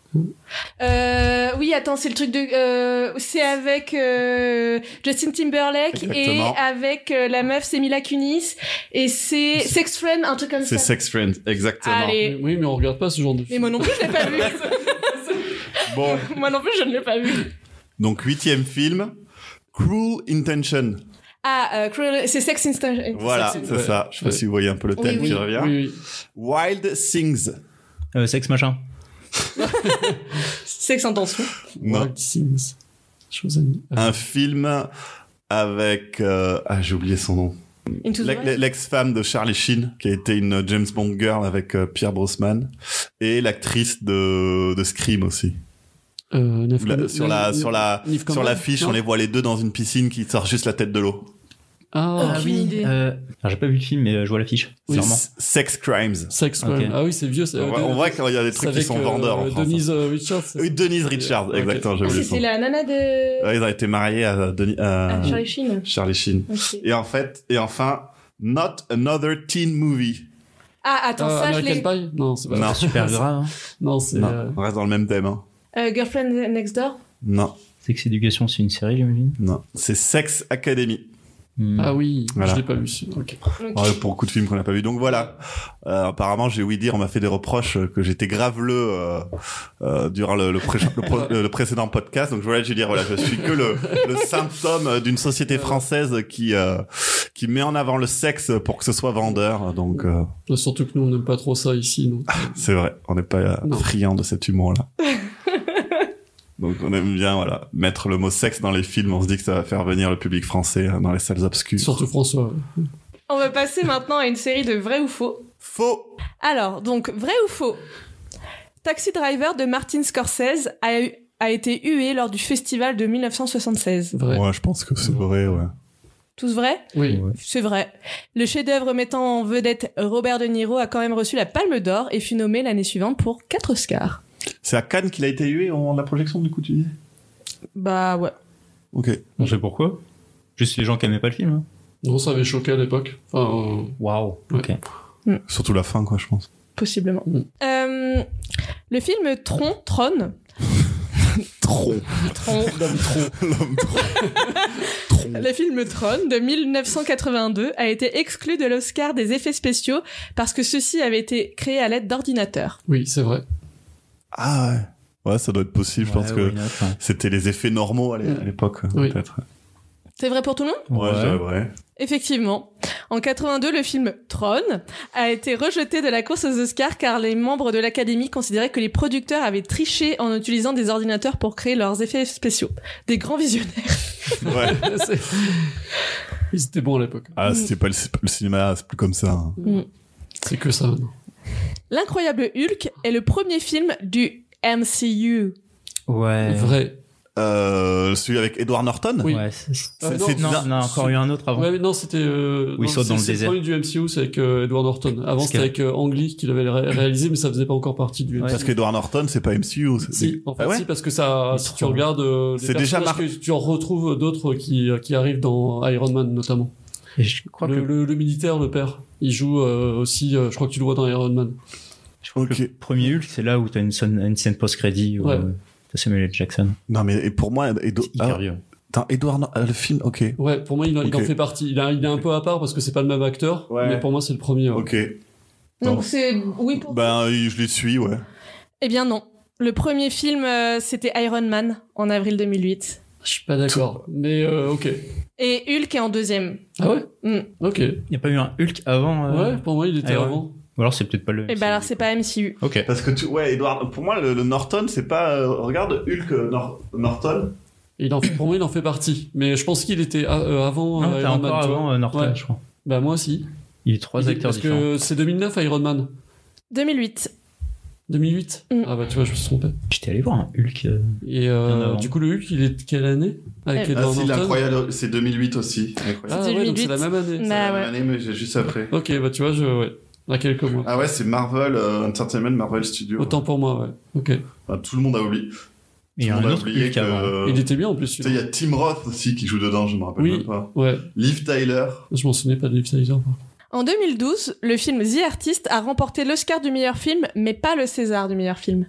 A: Euh, oui, attends, c'est le truc de. euh, c'est avec euh, Justin Timberlake
B: Exactement.
A: et avec euh, la meuf, c'est Mila Kunis. Et c'est Sex Friend, un truc comme
B: C'est
A: ça.
B: Sex Friend, exactement.
A: Allez.
C: Mais- oui, mais on regarde pas ce genre de
A: Mais
C: film.
A: moi non plus, je l'ai pas vu.
B: Bon,
A: moi non plus, je ne l'ai pas vu.
B: donc huitième film, Cruel Intention.
A: Ah, euh, Cruel- c'est Sex Instinct.
B: Voilà,
A: Sex-
B: c'est
C: Ouais.
B: ça. Je sais pas
C: Ouais.
B: si vous voyez un peu le
A: Oui,
B: thème
A: oui.
B: qui revient.
C: Oui, oui.
B: Wild Things.
D: Euh, sexe machin.
A: Sex Intention.
B: Non. Ah.
C: Wild Things. Chose à-
B: Un film avec... euh, Ah, j'ai oublié son nom.
A: Into the
B: L'ex-
A: Wild.
B: L'ex-femme de Charlie Sheen, qui a été une James Bond girl avec euh, Pierre Brosnan. Et l'actrice de, de Scream aussi.
C: Euh, Neve
B: La-
C: Campbell-
B: sur la, sur la,
C: Neve
B: sur
C: Campbell,
B: l'affiche,
C: non
B: on les voit les deux dans une piscine qui sort juste la tête de l'eau.
C: Ah,
A: Aucune idée.
D: Euh, alors, j'ai pas vu le film, mais euh, je vois l'affiche.
C: Oui,
D: Sûrement.
B: S- Sex Crimes.
C: Sex
D: Ok.
C: Crime. Ah oui, c'est vieux. c'est-
B: On voit, on voit qu'il y a des
C: c'est
B: trucs qui
C: avec,
B: sont
C: euh,
B: vendeurs en France. hein.
C: Denise euh, Richards. c'est
B: Oui,
C: ça
B: Denise Richards,
C: Ok.
B: exactement, j'ai
A: Ah,
B: oublié
A: c'est
B: son
A: c'est
B: nom.
A: la nana de.
B: Ouais, Ils ont été mariés à, Denis- à
A: Ah, Charlie Sheen.
B: Charlie Sheen.
A: Ok.
B: Et en fait, et enfin, Not Another Teen Movie.
A: Ah, attends,
C: Ah,
A: ça, je l'ai.
C: American Pie Non, c'est pas
B: Non.
D: C'est super grave. hein.
C: Non, c'est.
B: Non,
C: euh,
B: on reste dans le même thème. Hein.
A: Euh, Girlfriend Next Door.
B: Non,
D: Sex Education, c'est une série, j'imagine.
B: non. C'est Sex Academy.
D: Hmm.
C: Ah oui,
B: Voilà.
C: je l'ai pas vu. celui-là. Ok.
A: Ok.
B: Ouais, pour beaucoup de films qu'on n'a pas vu. Donc voilà. Euh, apparemment, j'ai ouï dire, on m'a fait des reproches euh, que j'étais graveleux euh, euh, durant le, le, pré- le pro- euh, le précédent podcast. Donc voilà, je vais dire, voilà, je suis que le, le symptôme euh, d'une société française qui euh, qui met en avant le sexe pour que ce soit vendeur. Donc euh,
C: Là, Bah, Surtout que nous, on n'aime pas trop ça ici. Donc.
B: C'est vrai, on n'est pas euh,
C: Non.
B: friand de cet humour-là. Donc on aime bien voilà mettre le mot sexe dans les films, on se dit que ça va faire venir le public français euh, dans les salles obscures.
C: Surtout François. ouais.
A: On va passer maintenant à une série de vrai ou faux.
B: Faux
A: Alors, donc, vrai ou faux Taxi Driver de Martin Scorsese a, eu- a été hué lors du festival de 1976.
C: Vrai.
B: Ouais, je pense que c'est vrai, ouais.
A: Tous vrai
C: Oui.
D: Ouais.
A: C'est vrai. Le chef-d'œuvre mettant en vedette Robert De Niro a quand même reçu la Palme d'Or et fut nommé l'année suivante pour 4 Oscars.
B: C'est à Cannes qu'il a été hué au moment de la projection du coup tu dis
A: Bah ouais.
B: Ok.
D: On sait pourquoi. Juste les gens qui aimaient pas le film. hein.
C: Non, ça avait choqué à l'époque. Enfin, euh,
D: Waouh.
C: Ouais.
D: Ok.
B: Surtout la fin quoi je pense.
A: Possiblement.
C: Mm.
A: Euh, le film Tron, Tron,
B: Tron.
A: Tron,
C: l'homme trop.
B: L'homme tron. tron.
A: le film Tron de 1982 a été exclu de l'Oscar des effets spéciaux parce que ceux-ci avaient été créés à l'aide d'ordinateurs.
C: Oui, c'est vrai.
B: Ah ouais. Ouais, ça doit être possible, je pense
D: Ouais,
B: que
D: why not, hein.
B: c'était les effets normaux à l'é- à l'époque
C: Oui.
B: peut-être.
A: C'est vrai pour tout le monde
B: Ouais,
D: Ouais.
B: c'est vrai.
A: Effectivement. En 82, le film Tron a été rejeté de la course aux Oscars car les membres de l'Académie considéraient que les producteurs avaient triché en utilisant des ordinateurs pour créer leurs effets spéciaux. Des grands visionnaires.
B: Ouais.
C: C'est- Ils étaient bons à l'époque.
B: Ah, c'était pas le, le cinéma, c'est plus comme ça. hein.
C: C'est que ça maintenant.
A: L'incroyable Hulk est le premier film du MCU.
D: Ouais.
C: Vrai.
B: Euh, celui avec Edward Norton
C: Oui.
D: Ouais, c'est- c'est-
C: Ah,
B: C'est-
C: non,
B: c'est-
D: non, on a encore eu un autre avant.
C: Ouais, mais non, c'était. Euh,
D: Où ils sautent
C: c'est-
D: dans le
C: c'est
D: désert.
C: premier du MCU, c'est avec euh, Edward Norton. Avant,
D: Parce
C: c'était
D: que-
C: avec euh, Ang Lee qui l'avait ré- réalisé, mais ça faisait pas encore partie du
D: Ouais.
C: MCU.
B: Parce qu'Edward Norton, c'est pas MCU. c'est-
C: Si, en fait,
B: Ah ouais
C: si, parce que ça,
D: Mais
C: si tu
D: trop.
C: regardes, euh, les
B: C'est déjà
C: personnages que tu en retrouves d'autres qui, euh, qui arrivent dans Iron Man notamment.
D: Et je crois
C: le,
D: que
C: le- le militaire, le père, il joue euh, aussi, euh, je crois que tu le vois dans Iron Man.
D: Je crois
B: Ok.
D: que le premier Hulk, c'est là où t'as une scène, une scène post-crédit. où,
C: Ouais.
D: euh, T'as Samuel L. Jackson.
B: Non, mais et pour moi, Edo...
D: C'est hyper
B: ah,
D: vieux.
B: attends, Edward Nor- ah, le film, ok.
C: Ouais, pour moi, il, en- il en
B: Ok.
C: fait partie. Il, a- il est un peu à part parce que c'est pas le même acteur,
B: Ouais.
C: mais pour moi, c'est le premier. ouais.
B: Ok. Bon.
A: Donc c'est oui pour
B: Ben, euh, je les suis, ouais.
A: Eh bien non. Le premier film, euh, c'était Iron Man en avril 2008.
C: Je suis pas d'accord, mais euh, ok.
A: Et Hulk est en deuxième.
C: Ah ouais
A: Mm.
C: Ok.
D: Il n'y a pas eu un Hulk avant euh,
C: Ouais, pour moi, il était
D: Iron
C: avant.
D: Ou alors c'est peut-être pas le.
A: Et ben alors c'est pas MCU.
D: Ok.
B: Parce que tu, ouais, Edward, pour moi, le, le Norton, c'est pas, euh, regarde, Hulk euh, Nor- Norton. Ah,
C: Il en fait- pour moi, il en fait partie. Mais je pense qu'il était ah, euh, avant
D: Non,
C: euh,
D: t'as
C: Iron Man.
D: encore
C: tu vois.
D: avant euh, Norton,
C: Ouais.
D: je crois.
C: Bah, moi aussi.
D: Il y a eu trois
C: Il-
D: acteurs
C: Parce
D: différents.
C: que c'est 2009, Iron Man.
A: 2008.
C: 2008
A: Mm.
C: Ah bah, tu vois, je me suis trompé.
D: J'étais allé voir un Hulk. euh,
C: Et
D: Bien
C: euh,
D: avant. Ah,
C: du coup, le Hulk, il est de quelle année Avec
A: Eh,
C: Edward Norton
B: c'est 2008 aussi.
C: Ah
B: Incroyable.
A: C'est
C: ouais, donc c'est
A: 2008.
C: la même année.
A: Bah, ouais.
B: mais j'ai juste après.
C: Ok, bah tu vois, je... Ouais. À quelques mois.
B: Ah ouais, c'est Marvel euh, Entertainment, Marvel Studio.
C: Autant pour moi, ouais. Ok.
B: Bah, tout le monde a oublié.
D: Il y a
B: Tout
D: un
B: le monde
D: autre Hulk avant.
B: euh,
C: Il était bien en plus.
B: tu sais, il y
C: celui-là.
B: a Tim Roth aussi qui joue dedans, je me rappelle
C: Oui.
B: même pas.
C: Ouais,
B: Liv Tyler.
C: je m'en souvenais pas de Liv Tyler. par contre.
A: En 2012, le film The Artist a remporté l'Oscar du meilleur film, mais pas le César du meilleur film.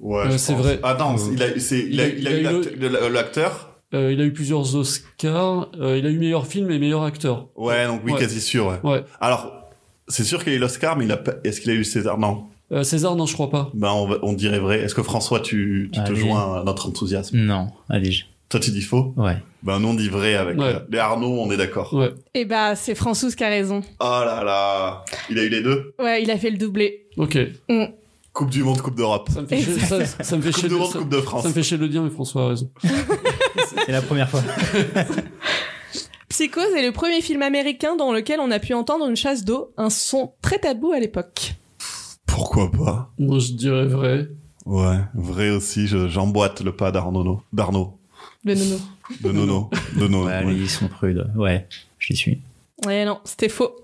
B: Ouais,
C: Euh,
B: je
C: c'est
B: pense.
C: vrai.
B: Ah non, c'est- il a, c'est- il a, il a eu l'acte- le- l'acteur.
C: Euh, il a eu plusieurs Oscars. euh, il a eu meilleur film et meilleur acteur.
B: Ouais, donc oui,
C: Ouais.
B: quasi sûr. Ouais.
C: Ouais.
B: Alors, c'est sûr qu'il a eu l'Oscar, mais il a pas- est-ce qu'il a eu César Non.
C: Euh, César, non, je crois pas.
B: Ben, on, va- on dirait vrai. Est-ce que François, tu, tu te
D: Allez.
B: joins à notre enthousiasme
D: Non, allez, je-
B: Toi, tu dis faux
D: ouais.
B: Ben, non, on dit vrai avec
C: Ouais.
B: euh, les Arnaud, on est d'accord.
C: Ouais.
A: Eh bah, c'est Françoise qui a raison.
B: Oh là là Il a eu les deux
A: Ouais, il a fait le doublé.
C: Ok.
B: Coupe du Monde, Coupe d'Europe.
C: Ça me fait chier. Ça, ça me fait
B: Coupe
C: chier.
B: du
C: de-
B: Monde,
C: ça-
B: Coupe de France.
C: ça me fait chier de le dire, mais François a raison.
D: C'est la première fois.
A: Psychose est le premier film américain dans lequel on a pu entendre une chasse d'eau, un son très tabou à l'époque.
B: Pourquoi pas
C: Moi, je dirais vrai.
B: Ouais, vrai aussi, je- j'emboîte le pas d'Arnaud. D'Arnaud.
A: Le nono.
B: De Nono. De Nono.
D: Ouais,
B: ouais.
D: lui, ils sont prudes. Ouais, j'y suis.
A: Ouais, non, c'était faux.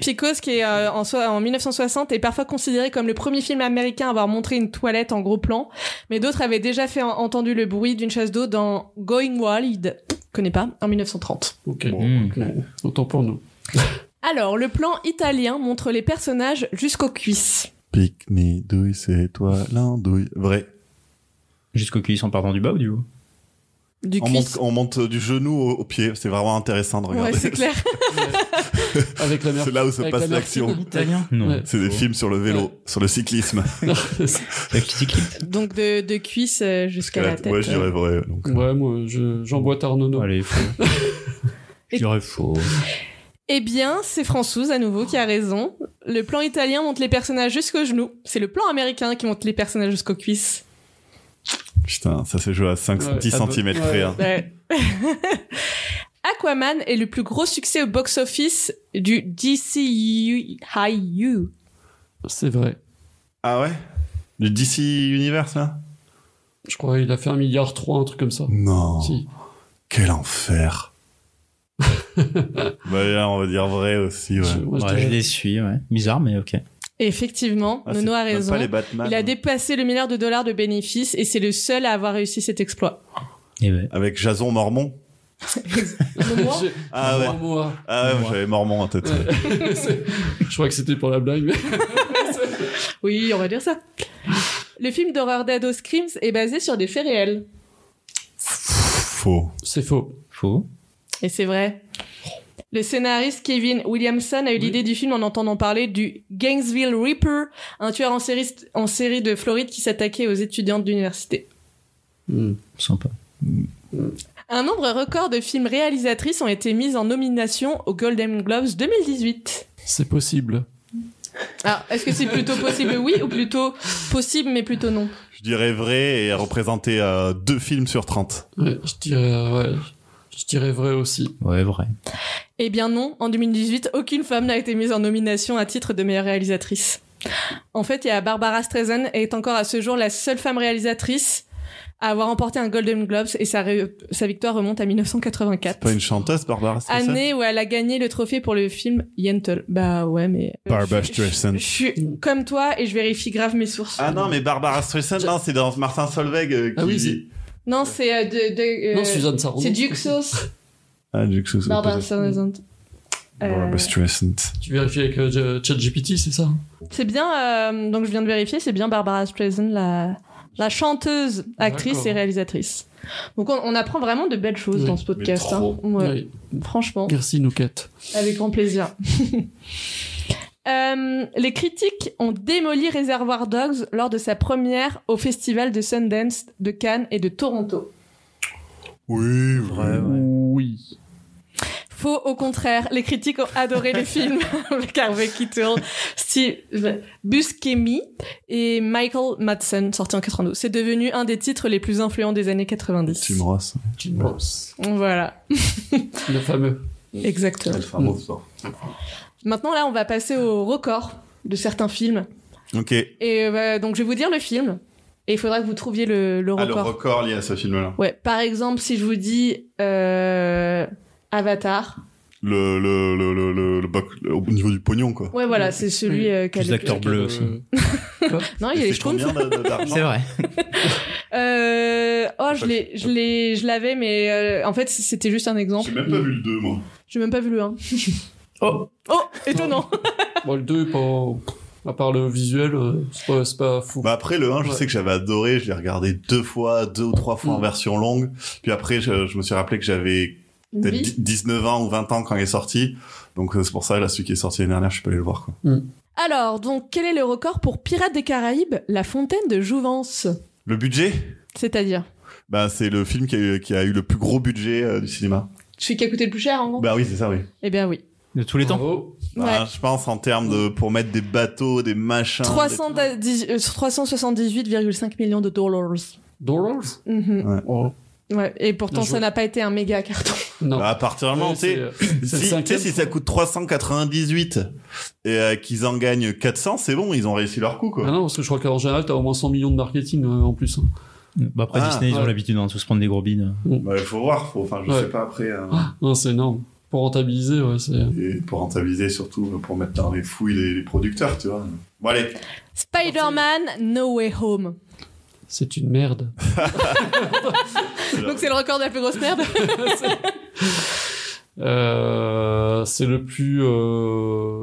A: Psychose, qui est euh, en, soi- en 1960, est parfois considéré comme le premier film américain à avoir montré une toilette en gros plan, mais d'autres avaient déjà fait en- entendu le bruit d'une chasse d'eau dans Going Wild, connais pas, en 1930.
C: Ok.
B: Bon.
D: Mmh.
C: Bon, Autant pour nous.
A: Alors, le plan italien montre les personnages jusqu'aux cuisses.
B: Pique-ni, douille, c'est toi l'andouille. Vrai.
D: Jusqu'au cuisses en partant du bas ou du haut
A: Du
B: On monte,
A: cuisse.
B: on monte du genou au, au pied. C'est vraiment intéressant de
A: Ouais,
B: regarder.
A: c'est clair.
C: Avec la mère.
B: c'est là où se
C: Avec
B: passe
C: la mère
B: l'action.
C: qui-
D: Italien Non.
C: Ouais.
B: C'est des films sur le vélo,
C: Ouais.
B: sur le cyclisme.
D: Avec qui clique
A: Donc, de, de cuisses euh, jusqu'à la tête.
B: ouais, je dirais vrai. Donc.
C: Ouais, moi, je- j'emboîte Arnaud. Nono.
D: Allez, faux. Je dirais faux.
A: Eh bien, c'est Françoise à nouveau qui a raison. Le plan italien monte les personnages jusqu'aux genoux. C'est le plan américain qui monte les personnages jusqu'aux cuisses.
B: Putain, ça s'est joué à 5,
C: Ouais,
B: 10
C: ah bah,
B: cm
C: ouais.
B: près. hein.
A: Ouais. Aquaman est le plus gros succès au box-office du DCU.
C: C'est vrai.
B: Ah ouais Du DC Universe, là
C: Je crois qu'il a fait un milliard trois, un truc comme ça.
B: Non.
C: Si.
B: Quel enfer. bah là, on va dire vrai aussi, ouais.
C: Je- moi, je
D: Ouais, je
C: dirais-
D: les suis, ouais. Bizarre, mais ok.
A: Et Effectivement,
B: Ah, c'est
A: Nono a
B: même
A: raison.
B: Pas les Batman. hein.
A: Il a dépassé le milliard de dollars de bénéfices et c'est le seul à avoir réussi cet exploit.
D: Et ouais.
B: Avec Jason Mormon.
A: Le moi
C: J'ai-
B: Ah ouais.
C: Moi, moi.
B: Ah ouais,
D: Moi.
B: j'avais Mormon en tête. ouais.
C: Ouais. C'est- je crois que c'était pour la blague. mais-
A: Oui, on va dire ça. Le film d'horreur d'Ado Screams est basé sur des faits réels.
B: Faux.
C: C'est faux.
D: Faux.
A: Et c'est vrai. Le scénariste Kevin Williamson a eu
C: Oui.
A: l'idée du film en entendant parler du Gainesville Reaper, un tueur en série, en série de Floride qui s'attaquait aux étudiantes d'université.
C: Hmm.
D: Sympa.
A: Un nombre record de films réalisatrices ont été mis en nomination aux Golden Globes 2018.
C: C'est possible.
A: Alors, est-ce que c'est plutôt possible oui ou plutôt possible mais plutôt non
B: Je dirais vrai et représenter euh, deux films sur 30.
C: Ouais, je dirais, euh, ouais, je dirais vrai aussi.
D: Ouais, vrai.
A: Eh bien non, en 2018, aucune femme n'a été mise en nomination à titre de meilleure réalisatrice. En fait, il y a Barbara Streisand et est encore à ce jour la seule femme réalisatrice à avoir remporté un Golden Globes et sa, ré- sa victoire remonte à 1984.
B: Pas une chanteuse, Barbara Streisand
A: Année où elle a gagné le trophée pour le film Yentl. Bah ouais, mais...
B: Barbara
A: Je- je-
B: Streisand.
A: Je suis comme toi et je vérifie grave mes sources.
B: Ah non, mais Barbara Streisand,
C: Je-
B: non, c'est dans Martin Solveig euh, qui...
C: Ah oui, si.
A: Non, c'est euh, de... de, euh,
C: non, Suzanne Sarandon.
A: c'est Duxos.
B: Ah, du coup, c'est
A: Barbara
B: peut-être-
A: Streisand.
B: Barbara
A: Euh,
B: Streisand.
C: Tu vérifies avec euh, J- ChatGPT, c'est ça hein
A: C'est bien, euh, donc je viens de vérifier, c'est bien Barbara Streisand, la, la chanteuse, actrice
C: D'accord.
A: et réalisatrice. Donc on, on apprend vraiment de belles choses
C: Oui,
A: dans ce podcast.
B: mais
A: hein.
B: trop.
A: Ouais, Oh.
C: Oui.
A: Franchement,
C: Merci, Nouquette.
A: avec grand plaisir. Euh, les critiques ont démoli Reservoir Dogs lors de sa première au festival de Sundance, de Cannes et de Toronto.
B: Oui,
D: Vrai, ouais.
C: Oui.
A: Faux au contraire, les critiques ont adoré le film avec Harvey Keitel, Steve Buscemi et Michael Madsen, sorti en 92. C'est devenu un des titres les plus influents des années 90.
B: Tim Ross.
C: Jim Ross.
A: Voilà,
C: Le fameux.
A: exactement. Maintenant là, on va passer au record de certains films.
B: Ok.
A: Et euh, bah, donc je vais vous dire le film et il faudra que vous trouviez le, le
B: Ah, le
A: record.
B: record lié à ce film-là.
A: ouais, par exemple, si je vous dis euh, Avatar.
B: Le, le, le, le, le, le boc- le- au niveau du pognon, quoi.
A: Ouais, voilà, c'est celui
C: Oui.
A: euh, qui a
D: Plus
A: le-
D: d'acteurs. Acteur bleu aussi.
C: Euh,
A: Non, Ah, il y a
B: Et
A: les
B: c'est
A: Schtroumpfs.
B: combien d'a- d'a- d'argent
D: C'est vrai.
A: Euh, oh, je l'ai, je l'ai, je l'avais, mais euh, en fait, c'était juste un exemple.
B: J'ai même pas vu le 2, moi.
A: J'ai même pas vu le 1.
D: Oh
A: Oh, étonnant.
C: Bon, le 2 est pas. À part le visuel, euh, c'est pas, c'est pas fou.
B: Bah après le 1, je
C: Ouais.
B: sais que j'avais adoré, je l'ai regardé deux fois, deux ou trois fois en
C: Mm.
B: version longue. Puis après, je, je me suis rappelé que j'avais
A: Une
B: peut-être
A: vie.
B: dix- 19 ans ou 20 ans quand il est sorti. Donc euh, c'est pour ça, là, celui qui est sorti l'année dernière, je suis pas allé le voir. Quoi.
A: Alors, donc, quel est le record pour Pirates des Caraïbes, La Fontaine de Jouvence
B: Le budget
A: C'est-à-dire
B: bah, C'est le film qui a, eu, qui a eu le plus gros budget euh, du cinéma.
A: Celui qui a coûté le plus cher, en gros
B: Bah oui, c'est ça, oui.
A: Eh bien, oui.
D: De tous les temps.
C: Bravo.
B: Bah,
A: Ouais.
B: Je pense en termes de... pour mettre des bateaux, des machins...
A: 310 euh, 378,5 millions de dollars.
C: Dollars
A: Mhm.
C: Oh.
A: Ouais, et pourtant,
C: Bien joué.
A: ça n'a pas été un méga carton.
C: Non.
B: des- Bah, à partir du moment
C: Ouais,
B: où, tu sais,
C: c'est, euh, c'est le
B: Si, tu sais,
C: cinquième
B: si ça coûte 398 et euh, qu'ils en gagnent 400, c'est bon, ils ont réussi leur coup,
C: Ah
B: quoi.
C: non, parce que je crois qu'en général, t'as au moins 100 millions de marketing euh, en plus. hein.
D: Bah, après,
B: Ah,
D: Disney, ils ont
C: ouais.
D: l'habitude d'en tous prendre des gros bides.
B: Bah, il faut voir, faut- enfin, je
C: Ouais. Ah.
B: sais pas après, euh,
C: Non, c'est énorme. Pour rentabiliser, ouais, c'est.
B: et pour rentabiliser surtout, euh, pour mettre dans les fouilles les, les producteurs, tu vois. Bon, allez.
A: Spider-Man No Way Home.
C: C'est une merde.
A: Donc, c'est le record de la plus grosse merde.
C: Euh, c'est le plus. euh,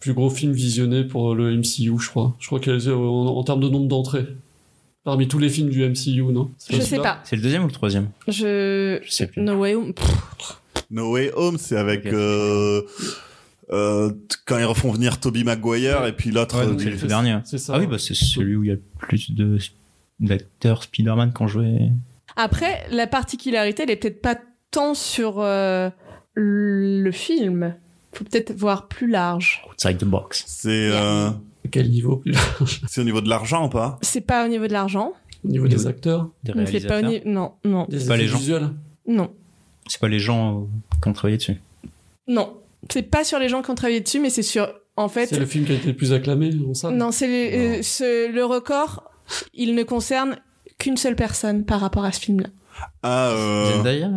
C: plus gros film visionné pour le MCU, je crois. Je crois qu'elle est en, en termes de nombre d'entrées. Parmi tous les films du MCU, non C'est
A: Je sais
C: celui-là
A: pas.
D: C'est le deuxième ou le troisième
A: Je.
D: Je sais plus.
A: No Way Home. Pff,
B: No Way Home, c'est avec,
D: Ok.
B: euh, euh, t- quand ils refont venir Toby Maguire et puis l'autre.
D: Ouais, donc
B: euh,
D: c'est le
B: il-
D: tout dernier.
C: C'est ça.
D: Ah oui, bah, c'est celui où il y a le plus de d'acteurs Spider-Man quand joué.
A: Après, la particularité, elle est peut-être pas tant sur euh, le film. Faut peut-être voir plus large.
D: Outside the box.
B: c'est, euh,
C: À Quel niveau plus là
B: c'est au niveau de l'argent ou pas?
A: C'est pas au niveau de l'argent.
C: Au niveau des acteurs
D: Des
A: mais C'est pas au
D: réalisateurs.
A: niveau. Non, non,
C: Des
D: C'est pas les
C: effets
D: gens.
C: visuels
A: non,
D: C'est pas les gens euh, qui ont travaillé dessus.
A: non. C'est pas sur les gens qui ont travaillé dessus, mais c'est sur. En fait.
C: C'est le film qui a été le plus acclamé, on sait.
A: Non, c'est le, euh, ce- le record. Il ne concerne qu'une seule personne par rapport à ce film-là.
B: Ah, euh,
D: Zendaya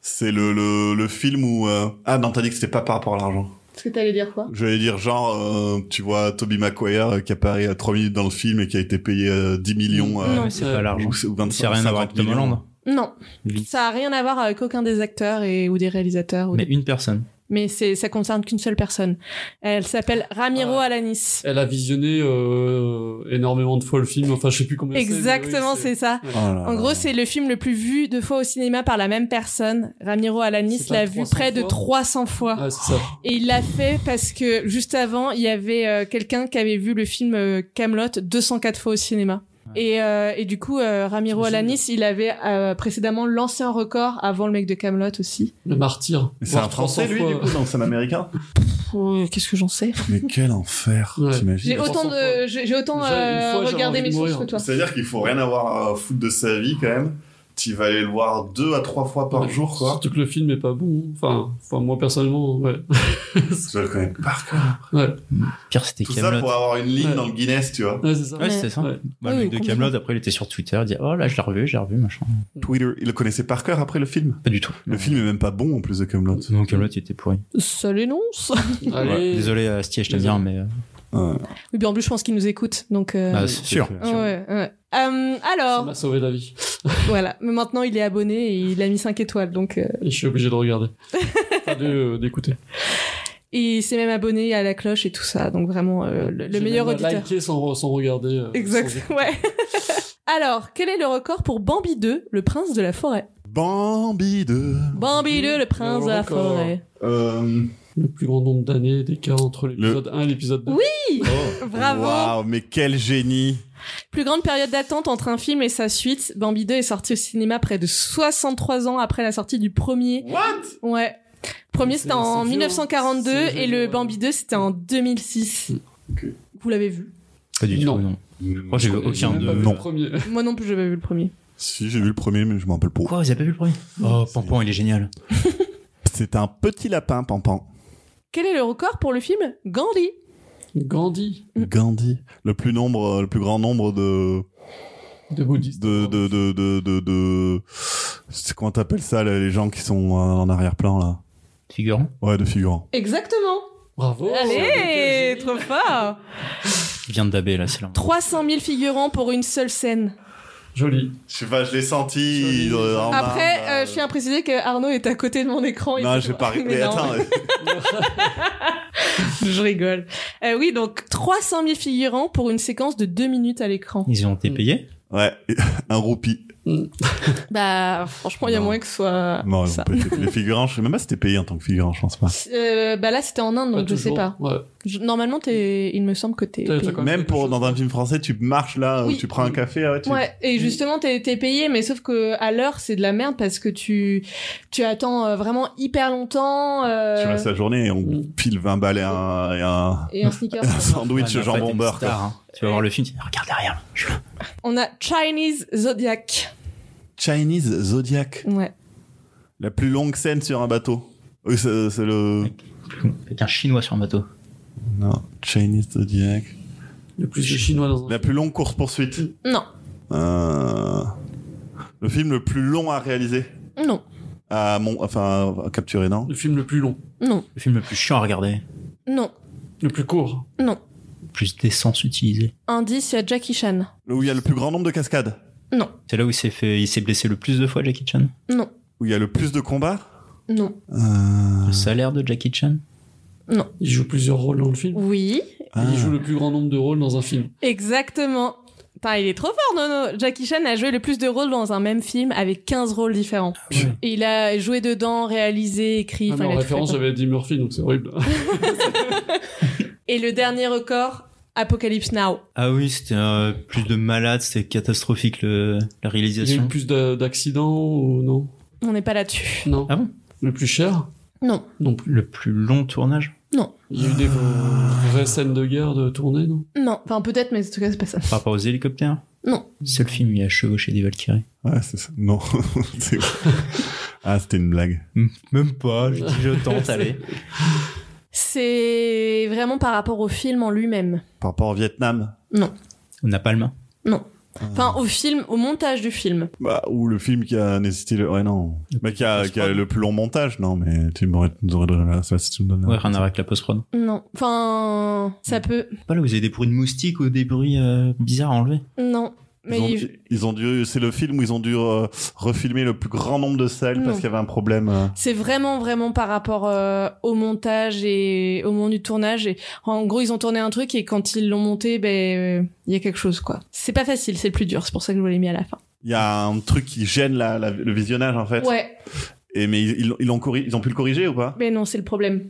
B: c'est le, le, le film où, euh, ah non, t'as dit que c'était pas par rapport à l'argent.
A: Est-ce que t'allais dire quoi
B: J'allais dire genre, euh, tu vois, Toby Maguire euh, qui apparaît à 3 minutes dans le film et qui a été payé euh, 10 millions.
D: Ouais,
B: Euh,
A: Non.
D: mais c'est
C: Ouais.
D: pas l'argent.
B: ou c'est- ou
D: C'est
B: 25,
D: rien à voir avec
B: 50
D: Tom
B: millions.
D: Holland.
A: Non,
D: Oui.
A: ça a rien à voir avec aucun des acteurs et ou des réalisateurs. Ou
D: Mais
A: des-
D: une personne.
A: Mais c'est ça concerne qu'une seule personne. Elle s'appelle Ramiro
C: Ah.
A: Alanis.
C: Elle a visionné euh, énormément de fois le film, enfin je sais plus combien c'est, Ah. mais oui,
A: Exactement, c'est ça.
B: Oh là
A: En
B: là.
A: gros, c'est le film le plus vu deux fois au cinéma par la même personne. Ramiro Alanis
C: C'est pas
A: l'a vu
C: 300
A: près de
C: fois
A: 300 fois.
C: Ah, c'est ça.
A: Et il l'a fait parce que juste avant, il y avait euh, quelqu'un qui avait vu le film euh, Camelot 204 fois au cinéma.
D: Ouais.
A: Et, euh, et du coup, euh, Ramiro
C: J'imagine.
A: Alanis, il avait euh, précédemment lancé un record avant le mec de Camelot aussi.
C: Le martyr.
B: Mais c'est
C: Voir
B: un
C: 300
B: français lui,
C: fois.
B: du coup, donc c'est un américain.
A: Oh, Qu'est-ce que j'en sais
B: Mais quel enfer,
C: Ouais.
B: t'imagines
A: J'ai
C: Il a
A: autant
C: 300
A: de,
C: fois.
A: j'ai j'ai autant
C: Déjà, une
A: euh,
C: fois, j'aurais
A: regardé
C: envie
A: mes
C: de
A: sources
C: mourir.
A: que toi.
B: C'est-à-dire qu'il faut rien avoir à foutre de sa vie quand même. Tu vas aller le voir deux à trois fois par
C: Ouais.
B: jour, quoi.
C: Surtout que le film est pas bon. hein. Enfin, enfin moi personnellement, ouais.
B: Je le connais par cœur.
C: Ouais,
D: Pire, c'était
B: Tout ça
D: Camelot.
B: pour avoir une ligne
C: Ouais.
B: dans le Guinness, tu vois.
C: Ouais, c'est ça.
D: Ouais, c'était ça.
C: Ouais.
D: Bah, le
A: Oui,
D: mec de
A: complètement.
D: Camelot, après, il était sur Twitter, il dit Oh là, je l'ai revu, j'ai revu, machin.
B: Twitter, il le connaissait par cœur après le film.
D: Pas du tout.
B: Le film est même pas bon en plus de Camelot.
D: Non, Camelot, il était pourri.
A: Ça l'énonce.
C: Allez.
D: Ouais. Désolé, euh, Sty, je t'aime bien, mais. euh,
A: Oui, bien en plus, je pense qu'il nous écoute, donc. euh,
D: bah, c'est sûr.
A: ouais, ouais. Euh,
C: Ça
A: alors,
C: m'a sauvé la vie.
A: voilà. Mais maintenant, il est abonné et il a mis 5 étoiles, donc. euh,
C: Et je suis obligé de regarder. Enfin, de, euh, d'écouter.
A: et il s'est même abonné à la cloche et tout ça, donc vraiment euh, le, le
C: J'ai
A: meilleur
C: même
A: auditeur.
C: liké sans, sans regarder. euh,
A: Exact.
C: sans-
A: Ouais. Alors, quel est le record pour Bambi 2, le prince de la forêt
B: Bambi 2.
A: Bambi 2, le prince de la
C: record.
A: forêt.
B: Euh...
C: Le plus grand nombre d'années d'écart entre l'épisode 1 et l'épisode 2.
A: Oui.
D: Oh.
A: Bravo
B: Waouh, mais quel génie.
A: Plus grande période d'attente entre un film et sa suite, Bambi 2 est sorti au cinéma près de 63 ans après la sortie du premier.
B: What
A: Ouais. Premier
C: C'est-
A: c'était en
C: c'est vieux, hein.
A: 1942
C: C'est
A: et
C: vieux,
A: le
C: ouais.
A: Bambi 2 c'était en 2006.
B: Ok.
A: Vous l'avez vu
D: Pas du
C: Non.
D: tout, non. Moi, j'ai vu aucun
C: J'ai même
D: de.
C: pas vu le
B: Non.
C: premier.
A: Moi non plus j'avais vu le premier.
B: Si, j'ai vu le premier, mais je m'en rappelle pas.
D: Quoi, vous avez pas vu le premier Oh,
B: C'est-
D: Pampan, il est génial.
B: C'est un petit lapin, Pampan.
A: Quel est le record pour le film Gandhi
C: Gandhi
A: Mm.
B: Gandhi. Le plus nombre, le plus grand nombre de,
C: de bouddhiste.
B: de, de, de, de, de, de- c'est comment t'appelles ça, là, les gens qui sont euh, en arrière-plan, là?
D: Figurant.
B: Ouais, de figurants.
A: Exactement
C: Bravo.
A: Allez
C: Quel génie.
A: Trop fort
D: Il vient de Dabé, là, c'est là.
A: 300 000 figurants pour une seule scène.
C: Joli.
B: Je sais pas, je l'ai senti.
C: Joli.
B: euh, en
A: Après,
B: marbre,
A: euh, je tiens à préciser que Arnaud est à côté de mon écran. il
B: Non,
A: peut
B: j'ai
A: pas-
B: pas. Mais,
A: non,
B: attends,
A: je rigole. Euh, oui, donc 300 000 figurants pour une séquence de 2 minutes à l'écran.
D: Ils ont été payés
B: ouais, un roupie.
A: Bah, franchement, il y a
B: Non.
A: moyen que ce soit
B: Non, ils ont
A: Ah, ça.
B: pas été- les figurants, je sais même pas si t'es payé en tant que figurant, je pense pas.
A: Euh, bah là, c'était en Inde, donc je sais
C: toujours.
A: pas.
C: Ouais.
A: Je- normalement, t'es... il me semble que t'es.
C: T'as- t'as
A: payé.
C: quand
B: Même
C: quelque
B: pour
C: chose.
B: dans un film français, tu marches là,
A: Oui.
B: tu prends un café, ouais, tu-
A: Ouais, et justement, t'es, t'es payé, mais sauf que à l'heure, c'est de la merde parce que tu, tu attends euh, vraiment hyper longtemps. euh,
B: tu restes la journée et on
C: Mm.
B: pile 20 balles et un, et un-
A: et un sneaker.
B: un sandwich
D: Ouais, Ah, mais après, t'es
B: jambon
D: une
B: beurre. quoi.
D: star, hein. Tu vas voir le film, tu dis, regarde derrière. je suis là.
A: On a Chinese Zodiac.
B: Chinese Zodiac,
A: Ouais.
B: la plus longue scène sur un bateau. Oui, c'est c'est le.
D: Avec un chinois sur un bateau.
B: Non, Chinese Zodiac.
C: Il y a plus de Chinois dans un.
B: La plus longue course poursuite.
A: Non,
B: Euh, Le film le plus long à réaliser.
A: non,
B: À mon... Enfin, à capturer, non
C: Le film le plus long.
A: non,
D: Le film le plus chiant à regarder,
A: non,
C: Le plus court.
A: non.
D: le plus d'essence utilisée.
A: Indice, il y a Jackie Chan.
B: Où il y a le plus grand nombre de cascades.
D: C'est là où il s'est fait, il s'est blessé le plus de fois, Jackie Chan.
B: Où il y a le plus de combats.
A: Non.
D: Le
B: Euh,
D: salaire de Jackie Chan.
C: Il joue plusieurs rôles dans le film.
A: Oui,
B: ah.
C: Il joue le plus grand nombre de rôles dans un film.
A: exactement. Putain, il est trop fort, Nono. Jackie Chan a joué le plus de rôles dans un même film avec 15 rôles différents.
C: Ah Ouais.
A: Et il a joué dedans, réalisé, écrit.
C: Ah, mais
A: enfin, il a tout
C: en
A: fait,
C: référence,
A: quoi.
C: j'avais Eddie Murphy, donc c'est horrible.
A: Et le dernier record, Apocalypse Now.
D: Ah oui, c'était euh, plus de malade, c'était catastrophique le, la
C: Il y a eu
D: réalisation.
C: plus d'a- d'accidents ou non
A: On n'est pas là-dessus.
C: Non.
D: Ah bon
C: Le plus cher
A: Non.
C: Non plus.
D: Le plus long tournage
C: Il y a eu des v- vraies scènes de guerre de tournée, non
A: Non. Enfin, peut-être, mais en tout cas, c'est pas ça.
C: Ah.
D: par rapport aux hélicoptères
A: Non.
D: C'est le film où il a chevauché des Valkyries.
B: ah, Ouais, c'est ça. Non. C'est- ah, c'était une blague.
D: Même pas, je dis je tente, allez.
A: C'est vraiment par rapport au film en lui-même.
B: Par rapport au Vietnam.
D: On n'a pas le main.
A: Enfin, au film, au montage du film.
B: Bah, ou le film qui a nécessité le. Ouais, non. Mais qui a,
D: Je
B: qui a
D: crois.
B: le plus long montage, non, mais tu m'aurais- nous aurais donné la. ça, si tu me donnes la-
D: Ouais, rien à voir avec la post-prod.
A: Non. Enfin,
C: Mm.
A: ça peut.
D: Pas là où vous avez des bruits de moustiques ou des bruits euh, bizarres à enlever.
A: Non. Mais
B: ils, ont,
A: il-
B: ils ont dû, c'est le film où ils ont dû euh, refilmer le plus grand nombre de salles
A: Non.
B: parce qu'il y avait un problème. euh.
A: c'est vraiment, vraiment par rapport euh, au montage et au moment du tournage. Et en gros, ils ont tourné un truc et quand ils l'ont monté, ben, euh, il y a quelque chose, quoi. C'est pas facile, c'est le plus dur. C'est pour ça que je vous l'ai mis à la fin.
B: Il y a un truc qui gêne la- la- le visionnage en fait.
A: Ouais.
B: Et mais ils, ils, l'ont- ils l'ont corri- ils ont pu le corriger ou pas
A: Mais non, c'est le problème.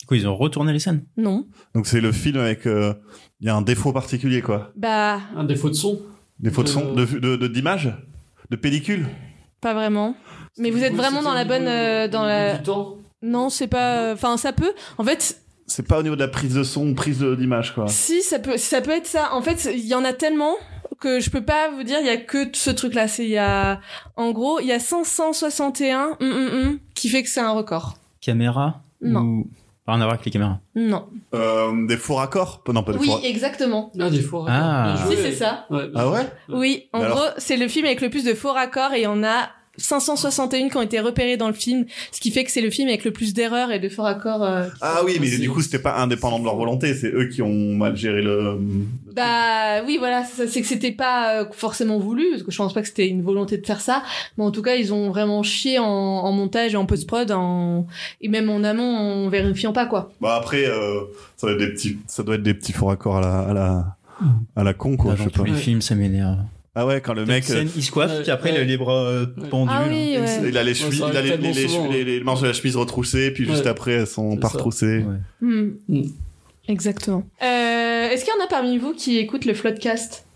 D: Du coup, ils ont retourné les scènes.
A: Non.
B: Donc c'est le film avec euh, il y a un défaut particulier quoi.
A: Bah,
C: Un défaut de son
B: Défaut de son, de de- de- d'image, de pellicule.
A: pas vraiment. Mais vous êtes
C: Oui,
A: vraiment
C: c'était
A: dans la
C: au
A: bonne,
C: niveau-
A: euh, dans
C: au niveau
A: la-
C: du temps.
A: Non, c'est pas. Enfin, ça peut. En fait,
B: C'est pas au niveau de la prise de son, ou prise de- d'image quoi.
A: si ça peut, ça peut être ça. En fait, il y en a tellement que je peux pas vous dire. Il y a que ce truc-là. C'est il y a, en gros, il y a 561 hum, hum, hum, qui fait que c'est un record.
D: Caméra
A: Non.
D: Ou... Rien à voir avec les caméras.
A: Non.
B: Euh, des faux raccords Non pas des
A: Oui,
B: faux. raccords.
A: exactement.
C: Ah, des fois.
D: Ah.
C: bien
A: Si,
C: joué.
A: c'est ça.
C: Ouais.
B: Ah ouais
A: Oui. En
B: Mais alors-
A: gros, c'est le film avec le plus de faux raccords et il y en a 561 qui ont été repérés dans le film, ce qui fait que c'est le film avec le plus d'erreurs et de faux raccords. euh,
B: Ah oui, mais
C: C'est-
B: du coup c'était pas indépendant de leur volonté, c'est eux qui ont mal géré le. euh,
A: Bah oui, voilà, c'est c'est que c'était pas euh, forcément voulu, parce que je pense pas que c'était une volonté de faire ça, mais en tout cas, ils ont vraiment chié en, en montage et en post-prod, en... et même en amont, en vérifiant pas, quoi.
B: Bah après, euh, ça, doit être des petits, ça doit être des petits faux raccords à la, à la, à la con, quoi,
D: Là,
B: je
D: dans
B: sais
D: tous
B: pas.
D: les
C: Ouais.
D: films, ça m'énerve.
B: Ah ouais, quand le
D: T'as
B: mec,
D: une scène,
B: euh,
D: il se coiffe,
C: Ouais,
D: puis après, il a
C: ouais.
D: les bras euh,
C: Ouais.
D: pendus.
A: ah
D: là.
A: oui, ouais.
B: il a les
C: Ouais,
B: chevilles,
C: ça
B: il a les,
C: arrive
B: les, les,
C: tellement souvent,
B: les- les manches de la chemise retroussées, puis juste
C: Ouais.
B: après, elles sont
C: C'est
B: pas
C: ça.
B: retroussées.
D: Ouais.
A: Hmm.
C: Mm.
A: Exactement. Euh, Est-ce qu'il y en a parmi vous qui écoutent le Floodcast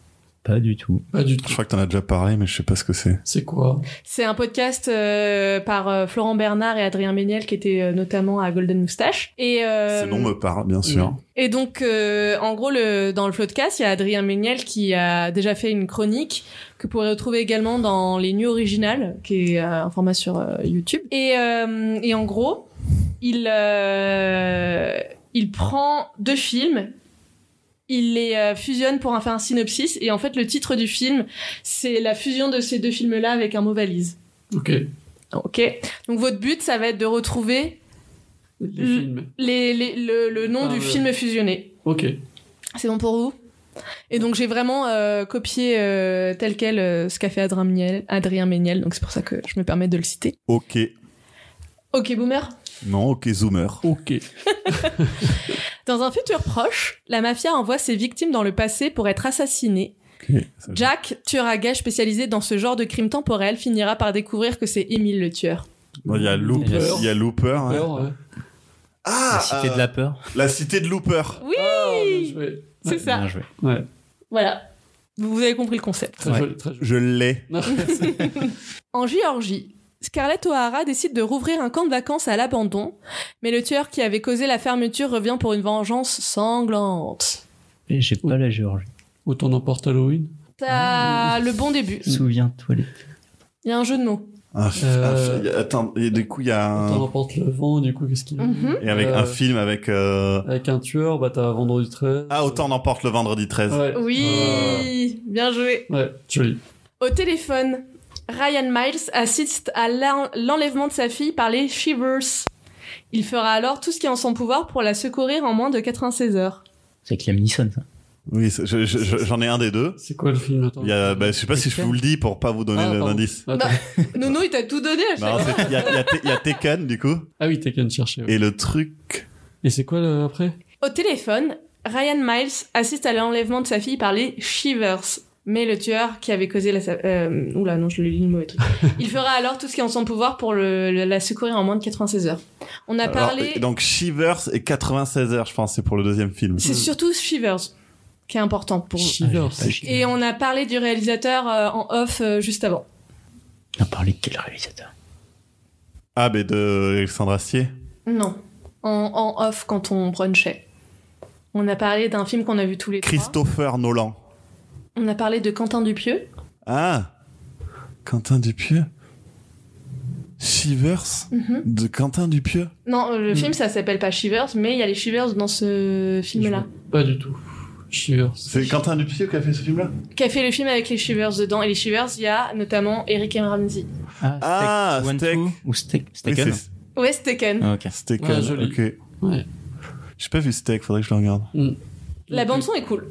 D: Pas du tout.
C: Pas du
B: Je
C: tout.
B: crois que t'en as déjà parlé, mais je sais pas ce que c'est.
C: C'est quoi
A: C'est un podcast euh, par euh, Florent Bernard et Adrien Méniel, qui étaient euh, notamment à Golden Moustache. Et, euh,
B: Ces noms me parlent, bien sûr.
A: Et donc, euh, en gros, le, dans le podcast, il y a Adrien Méniel qui a déjà fait une chronique que vous pourrez retrouver également dans Les Nuits Originales, qui est euh, un format sur euh, YouTube. Et, euh, et en gros, il, euh, il prend deux films, il les euh, fusionne pour en faire un synopsis, et en fait, le titre du film, c'est la fusion de ces deux films-là avec un mot valise.
C: Ok.
A: Ok Donc, votre but, ça va être de retrouver
C: Les
A: Mm.
C: films.
A: les, les- le, le nom
C: Ah,
A: du
C: ouais.
A: film fusionné.
C: Ok.
A: C'est bon pour vous Et donc j'ai vraiment euh, copié euh, tel quel euh, ce qu'a fait Adrien Méniel, Adrien Méniel, donc c'est pour ça que je me permets de le citer.
B: Ok.
A: Ok boomer.
B: Non, ok, Zoomer.
C: Ok.
A: Dans un futur proche, la mafia envoie ses victimes dans le passé pour être assassinées.
B: Ok. ça-
A: Jack, tueur à gages spécialisé dans ce genre de crime temporel, finira par découvrir que c'est Émile le tueur.
B: Non, Il y a Looper.
C: Looper.
B: Il y a Looper. hein.
C: Alors, ouais.
B: Ah
D: la cité
B: euh,
D: de la peur.
B: la cité de Looper.
A: Oui,
C: Ah, bien joué.
A: c'est ça.
D: Bien joué.
C: Ouais,
A: Voilà. Vous vous avez compris le concept.
C: très
D: Ouais.
C: joli, très joli.
B: Je l'ai.
C: Non, c'est-
A: En Géorgie, Scarlett O'Hara décide de rouvrir un camp de vacances à l'abandon, mais le tueur qui avait causé la fermeture revient pour une vengeance sanglante.
D: Et J'ai pas la Géorgie.
C: Autant n'emporte Halloween.
A: T'as le bon début.
C: Mm.
D: Souviens-toi. les-
A: Il y a un jeu de mots.
B: Un f-
C: Euh,
B: un f- ah, y a- attends, et du coup, il y a
C: Autant
B: un...
C: n'emporte le vent, du coup, qu'est-ce qu'il y a
A: Mhm.
B: Et avec
C: Euh,
B: un film avec... euh,
C: Avec un tueur, bah t'as Vendredi 13.
B: Ah, autant n'emporte le vendredi 13.
C: Ouais. Euh,
A: Oui, bien joué.
C: Ouais, joli.
A: Ah. Au téléphone, Ryan Miles assiste à l'en- l'enlèvement de sa fille par les Shivers. Il fera alors tout ce qui est en son pouvoir pour la secourir en moins de 96 heures.
D: C'est avec Liam Neeson, ça.
B: Oui, c'est- je- je- je- j'en ai un des deux.
C: C'est quoi le film Attends.
B: Il y a, bah, je sais pas si je vous le dis pour pas vous donner
C: Ah,
B: le-
C: pardon.
B: l'indice.
C: Attends.
A: Bah. Nono, il t'a tout donné à
B: Non,
A: chaque
B: c'est- Il y, a- il y a Te- il y a Tekken, du coup.
C: Ah oui, Taken chercher. ouais.
B: Et le truc...
C: Et, c'est quoi le, après
A: Au téléphone, Ryan Miles assiste à l'enlèvement de sa fille par les Shivers. Mais le tueur qui avait causé la... sa- Euh, oula, non, je lis le mauvais truc. Il fera alors tout ce qui est en son pouvoir pour le- le- la secourir en moins de 96 heures. On a
B: Alors,
A: parlé...
B: donc Shivers et 96 heures, je pense, c'est pour le deuxième film.
A: C'est surtout Shivers qui est important pour...
C: Shivers.
D: Ah, j'ai pas chié.
A: Et on a parlé du réalisateur euh, en off euh, juste avant.
D: On a parlé de quel réalisateur
B: Ah, mais de Alexandre Astier.
A: Non, en, en off quand on brunchait. On a parlé d'un film qu'on a vu tous les trois.
B: Christopher Nolan.
A: On a parlé de Quentin Dupieux.
B: Ah Quentin Dupieux Shivers
A: Mhm.
B: de Quentin Dupieux
A: Non, euh, le
C: Mm.
A: film ça s'appelle pas Shivers, mais il y a les Shivers dans ce film-là.
C: Pas du tout. Shivers.
B: C'est Quentin Dupieux qui a fait ce film-là
A: Qui a fait le film avec les Shivers dedans. Et les Shivers, il y a notamment Eric M. Ramsey.
B: Ah,
D: Steak- One
B: Steak.
D: Two Ou Steak
B: Oui,
D: Steaken
B: c'est-
A: West Taken.
D: Ah, ok.
B: C'était
C: Ouais,
B: Cannes,
C: joli.
B: ok.
C: Ouais.
B: J'ai pas vu Steak, faudrait que je le regarde.
A: La bande-son est cool.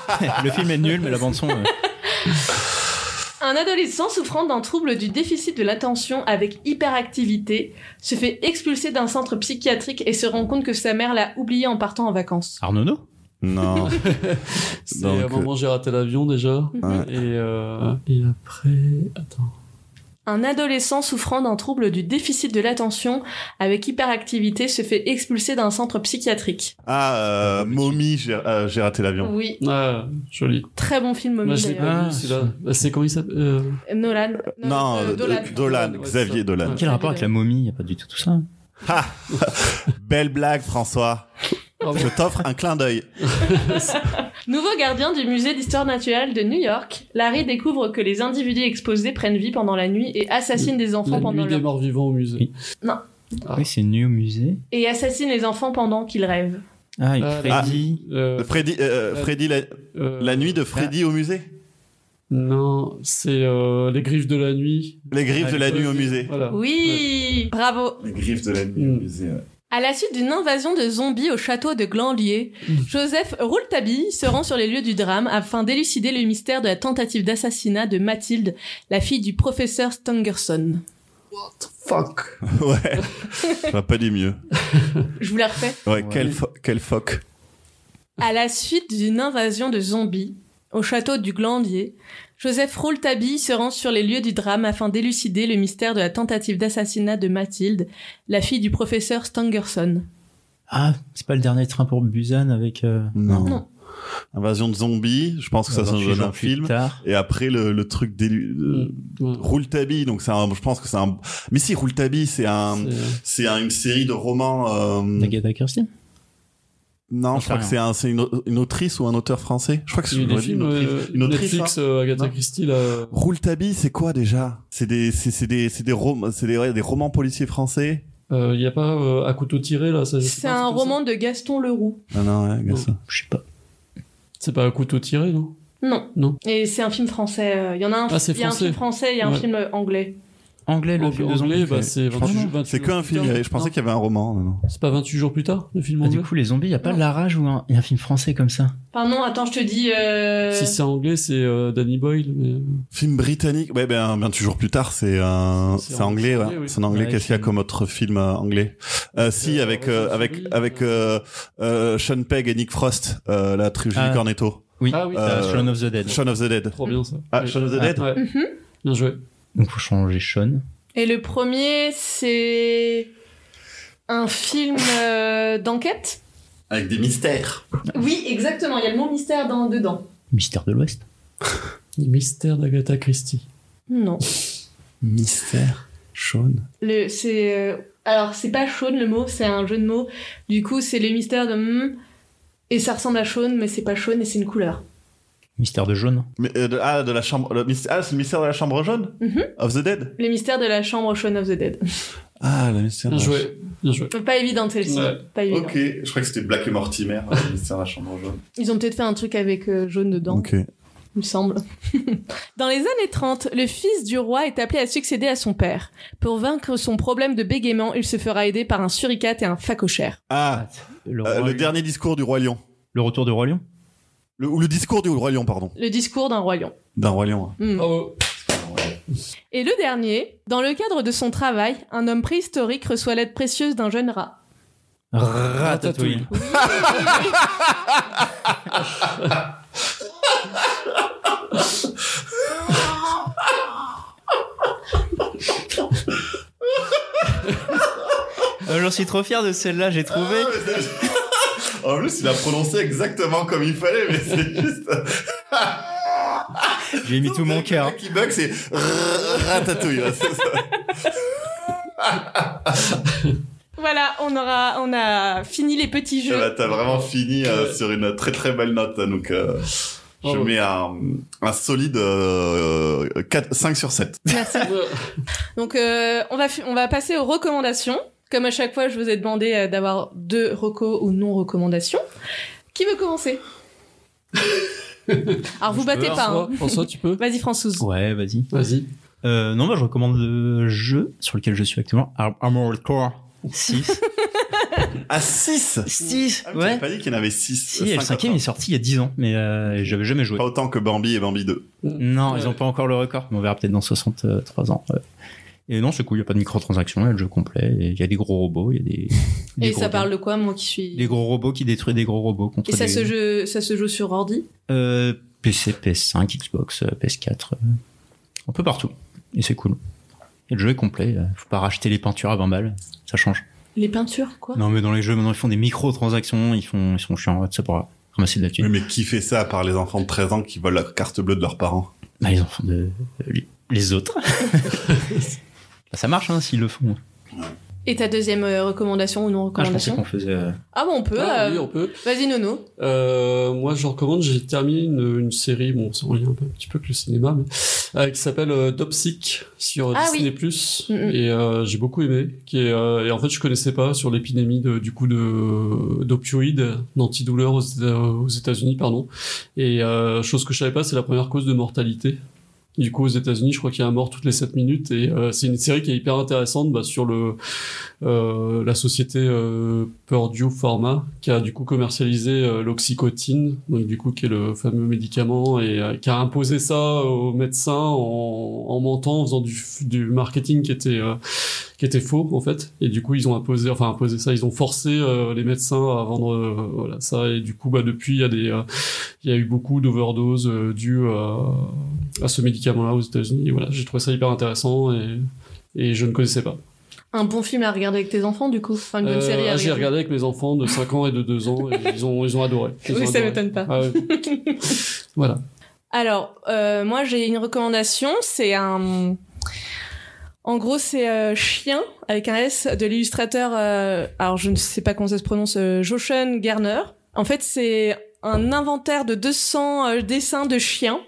D: Le film est nul, mais la bande-son. euh,
A: Un adolescent souffrant d'un trouble du déficit de l'attention avec hyperactivité se fait expulser d'un centre psychiatrique et se rend compte que sa mère l'a oublié en partant en vacances.
D: Arnono
B: Non.
C: C'est
B: Donc, euh,
C: à un moment, j'ai raté l'avion déjà.
B: Ouais.
C: Et, euh, et après. Attends.
A: Un adolescent souffrant d'un trouble du déficit de l'attention avec hyperactivité se fait expulser d'un centre psychiatrique.
B: Ah, euh, Mommy, j'ai euh, j'ai raté l'avion.
A: Oui,
C: Ah, joli.
A: très bon film,
C: Moi,
A: Mommy,
C: je l'ai
A: d'ailleurs.
C: pas
D: Ah,
C: vu, celui-là. Bah, C'est comment il s'appelle euh,
A: Nolan.
B: Non,
A: euh,
B: euh,
A: Dolan.
B: euh, Dolan,
C: Ouais,
B: Xavier
C: ça.
B: Dolan.
D: Quel rapport avec la momie Y a pas du tout tout ça.
B: Belle blague, François.
C: Bravo.
B: Je t'offre un clin d'œil.
A: Nouveau gardien du musée d'histoire naturelle de New York, Larry découvre que les individus exposés prennent vie pendant la nuit et assassinent des enfants
C: La
A: pendant
C: nuit
A: leur...
C: des morts vivants au musée. Ah.
D: Oui, c'est nu au musée.
A: et assassinent les enfants pendant qu'ils rêvent.
D: Ah, et
C: Ah,
D: Freddy.
C: Euh,
B: Freddy, euh,
C: euh,
B: Freddy la,
C: euh,
B: la nuit de Freddy au musée
C: Non, c'est euh, Les Griffes de la Nuit.
B: Les griffes de la nuit au musée.
C: Voilà.
A: Oui, bravo.
B: Les griffes de la
C: nuit au Mm.
B: musée.
A: À la suite d'une invasion de zombies au château de Glanlier,
C: Mm.
A: Joseph Rouletabille se rend sur les lieux du drame afin d'élucider le mystère de la tentative d'assassinat de Mathilde, la fille du professeur Stangerson.
C: Fuck.
B: Ouais, j'aurais pas dit mieux.
A: Je vous la refais.
B: Ouais,
D: Ouais.
B: Quel, fo- quel phoque.
A: À la suite d'une invasion de zombies au château du Glandier, Joseph Rouletabille se rend sur les lieux du drame afin d'élucider le mystère de la tentative d'assassinat de Mathilde, la fille du professeur Stangerson.
D: Ah, c'est pas le dernier train pour Busan avec. euh,
A: Non.
B: Invasion de zombies, Ah, je Mm. pense que ça
D: dans
B: s'en
D: chez
B: donne un
D: Jean
B: film.
D: Plutarch.
B: Et après, le, le truc d'élu... de-
C: Ouais.
B: Rouletabille, donc c'est un, je pense que c'est un, mais si Rouletabille, c'est un,
C: C'est, euh,
B: c'est un- une série de romans. euh,
D: Agatha Christie.
B: Non, je crois
D: Enfin,
B: que c'est un, c'est une, au- une autrice ou un auteur français. Je crois que c'est
C: Il y a
B: je
C: eu des
B: l'aurais dit,
C: films
B: une
C: euh,
B: autrice. une autrice,
C: Netflix,
B: hein.
C: euh, Agatha
B: Non.
C: Christie, là.
B: Rouletabille, c'est quoi déjà C'est des, c'est c'est des, c'est des romans, c'est des, ouais, des romans policiers français.
C: Euh, Il n'y a pas euh, à couteau tiré, là. ça-
A: C'est
C: pas
A: un
C: truc comme ça
A: roman de Gaston Leroux.
B: Ah non, ouais, gars, ça.
D: Je sais pas.
C: C'est pas à couteau tiré, non
A: Non.
C: Non.
A: Et c'est un film français. euh, Il y en a un,
C: Ah, c'est
A: il y a un
C: français.
A: film français, il y a un
C: Ouais.
A: film euh, anglais.
D: anglais, le
C: En
D: film de zombies
C: anglais,
D: que-
C: bah,
D: je
C: c'est
D: pense-
C: 28 jours. 28
B: C'est que
C: jours
B: un
C: plus
B: film. il y
C: tard.
B: avait- Je pensais
C: Non,
B: qu'il y avait un roman. Non, non.
C: C'est pas 28 jours plus tard, le film
D: Ah,
C: anglais
D: du coup, les zombies, il a pas
A: Non.
D: La Rage ou un, y a un film français comme ça
A: Pardon, attends, je te dis. euh,
C: Si c'est anglais, c'est euh, Danny Boyle. Mais...
B: Film britannique. Ouais, ben, bien toujours plus tard, c'est un,
C: C'est
B: c'est
C: en-
B: anglais, ouais.
C: oui.
B: C'est en anglais.
D: Ouais,
B: Qu'est-ce qu'il y a
D: c'est-
B: comme autre film euh, anglais euh, Si,
C: Euh,
B: avec,
C: Rosie
B: euh, avec,
C: Zombie,
B: avec euh, euh, Sean Pegg et Nick Frost, euh, la trilogie
D: Ah.
B: du Cornetto.
D: Oui,
C: Ah oui,
B: Euh,
D: Shaun of the Dead.
B: Shaun of the Dead.
C: trop bien ça.
B: Ah,
C: Ouais.
B: Shaun of the
D: Ah.
B: Dead.
C: Ouais,
A: Mhm.
C: bien joué.
D: Donc faut changer Shaun.
A: Et le premier, c'est un film euh, d'enquête.
B: Avec des mystères.
A: Oui, exactement. Il y a le mot mystère dans, dedans.
D: Mystère de l'Ouest.
C: Les mystères d'Agatha Christie.
A: Non.
B: Mystère. Shaun.
A: Le, c'est euh, alors c'est pas Shaun le mot, c'est un jeu de mots. Du coup, c'est les mystères de hmm, et ça ressemble à Shaun, mais c'est pas Shaun et c'est une couleur.
D: Mystère de jaune.
B: Mais, euh, de- ah, de la chambre. le mystère- ah, c'est le mystère de la chambre jaune
A: Mhm.
D: Mm-hmm.
B: Of the Dead
A: Les mystères de la chambre Shaun of the Dead.
B: Ah, le mystère
C: Bien
B: de la
C: joué. Bien joué.
A: Pas évident celle-ci.
C: Ouais.
A: Pas évident.
B: Ok, je crois que c'était Black et Mortimer, euh, le mystère de la chambre jaune.
A: Ils ont peut-être fait un truc avec euh, jaune dedans.
B: Ok.
A: il me semble. Dans les années 30, le fils du roi est appelé à succéder à son père. Pour vaiaincre son problème de bégaiement, il se fera aider par un suricate et un facochère.
B: Ah,
D: le,
B: euh,
D: Roi
B: le
D: Lion.
B: dernier discours du Roi Lion.
D: Le retour du Roi Lion.
B: Le, ou le discours du Roi Lion, pardon.
A: Le discours d'un roi lion.
B: D'un Roi Lion. hein.
A: Hmm.
C: Bravo.
A: Et le dernier, dans le cadre de son travail, un homme préhistorique reçoit l'aide précieuse d'un jeune rat.
D: Ratatouille. Euh, J'en suis trop fier de celle-là, j'ai
B: Ah,
D: trouvé.
B: en plus, il a prononcé exactement comme il fallait, mais c'est juste.
D: J'ai mis tout mon cœur.
B: qui bug, c'est ratatouille. ouais, c'est ça.
A: Voilà, on aura, on a fini les petits
B: Eh
A: jeux.
B: ben, T'as vraiment fini euh, sur une très très belle note. Donc, euh, je
D: Oh.
C: Bravo.
B: mets un, un solide euh, 4, 5 sur 7.
A: Merci.
C: Ouais.
A: Donc, euh, on, va, fi- on va passer aux recommandations. Comme à chaque fois, je vous ai demandé euh, d'avoir deux recos ou non recommandations. Qui veut commencer Alors, vous battez pas. hein.
C: François, Oh, François, tu peux
A: Vas-y, Françoise.
D: Ouais, vas-y.
C: Vas-y.
D: Euh, non, bah, je recommande le jeu sur lequel je suis actuellement. Ar- Armored Core 6.
B: À 6
D: 6
B: ah, mais t'avais
D: Ouais.
B: pas dit qu'il y en avait 6.
D: Si, et le cinquième est sorti il y a 10 ans, mais euh, j'avais jamais joué.
B: Pas autant que Bambi et Bambi 2.
D: Non,
C: Ouais.
D: ils ont pas encore le record, mais on verra peut-être dans 63 ans. ouais. Et non, c'est cool, il n'y a pas de microtransactions, il y a le jeu complet, et il y a des gros robots, il y a des. des
A: Et
D: gros
A: ça parle de quoi, moi qui suis.
D: Des gros robots qui détruisent des gros robots contre
A: Et ça
D: des-
A: se, joue, ça se joue sur ordi
D: Euh, PC, PS5, Xbox, euh, PS4, euh, un peu partout. Et c'est cool. Et le jeu est complet, euh, faut pas racheter les peintures à 20 balles, ça change.
A: Les peintures, quoi
D: Non, mais dans les jeux, maintenant, ils font des microtransactions, ils, font, ils sont chiants, ça pourra ramasser de la thune.
B: Oui, mais qui fait ça à part les enfants de 13 ans qui volent la carte bleue de leurs parents
D: Bah, les enfants de. euh, les autres. Bah, ça marche, hein, s'ils le font.
A: Et ta deuxième euh, recommandation ou non
D: Ah, je pensais
A: recommandation
D: qu'on faisait. euh,
A: Ah, bon, on peut.
C: Ah,
A: euh,
C: oui, on peut.
A: Vas-y, Nono.
C: Euh, moi, je recommande, j'ai terminé une, une série, bon, ça revient un, peu- un petit peu que le cinéma, mais euh, qui s'appelle euh, Dopsic sur
A: Ah
C: Disney+.
A: Mhm.
C: Et euh, j'ai beaucoup aimé. Qui est, euh, et en fait, je connaissais pas sur l'épidémie de- du coup de d'opioïdes, d'antidouleurs aux, Éta- aux États-Unis, pardon. Et euh, chose que je savais pas, c'est la première cause de mortalité. Du coup, aux États-Unis, je crois qu'il y a un mort toutes les 7 minutes. Et euh, c'est une série qui est hyper intéressante bah, sur le euh, la société euh, Purdue Pharma qui a du coup commercialisé euh, l'oxycotine, donc du coup qui est le fameux médicament et euh, qui a imposé ça aux médecins en, en mentant, en faisant du, f- du marketing qui était euh, qui était faux en fait. Et du coup ils ont imposé, enfin imposé ça, ils ont forcé euh, les médecins à vendre euh, voilà ça. Et du coup bah depuis il y a des euh, il y a eu beaucoup d'overdoses euh, dues euh, à ce médicament-là aux États-Unis. Et Voilà, j'ai trouvé ça hyper intéressant et et je ne connaissais pas.
A: Un bon film à regarder avec tes enfants, du coup. Enfin, une bonne
C: Euh,
A: série à
C: ah, J'ai
A: regarder.
C: regardé avec mes enfants de 5 ans et de 2 ans et ils ont, ils ont adoré. Ils ont
A: Oui, ça
C: adoré.
A: m'étonne pas.
C: Ah ouais. voilà.
A: Alors, euh, moi, j'ai une recommandation. C'est un. En gros, c'est euh, Chien, avec un S, de l'illustrateur. euh, alors, je ne sais pas comment ça se prononce, euh, Joshen Garner. En fait, c'est un inventaire de 200 euh, dessins de chiens.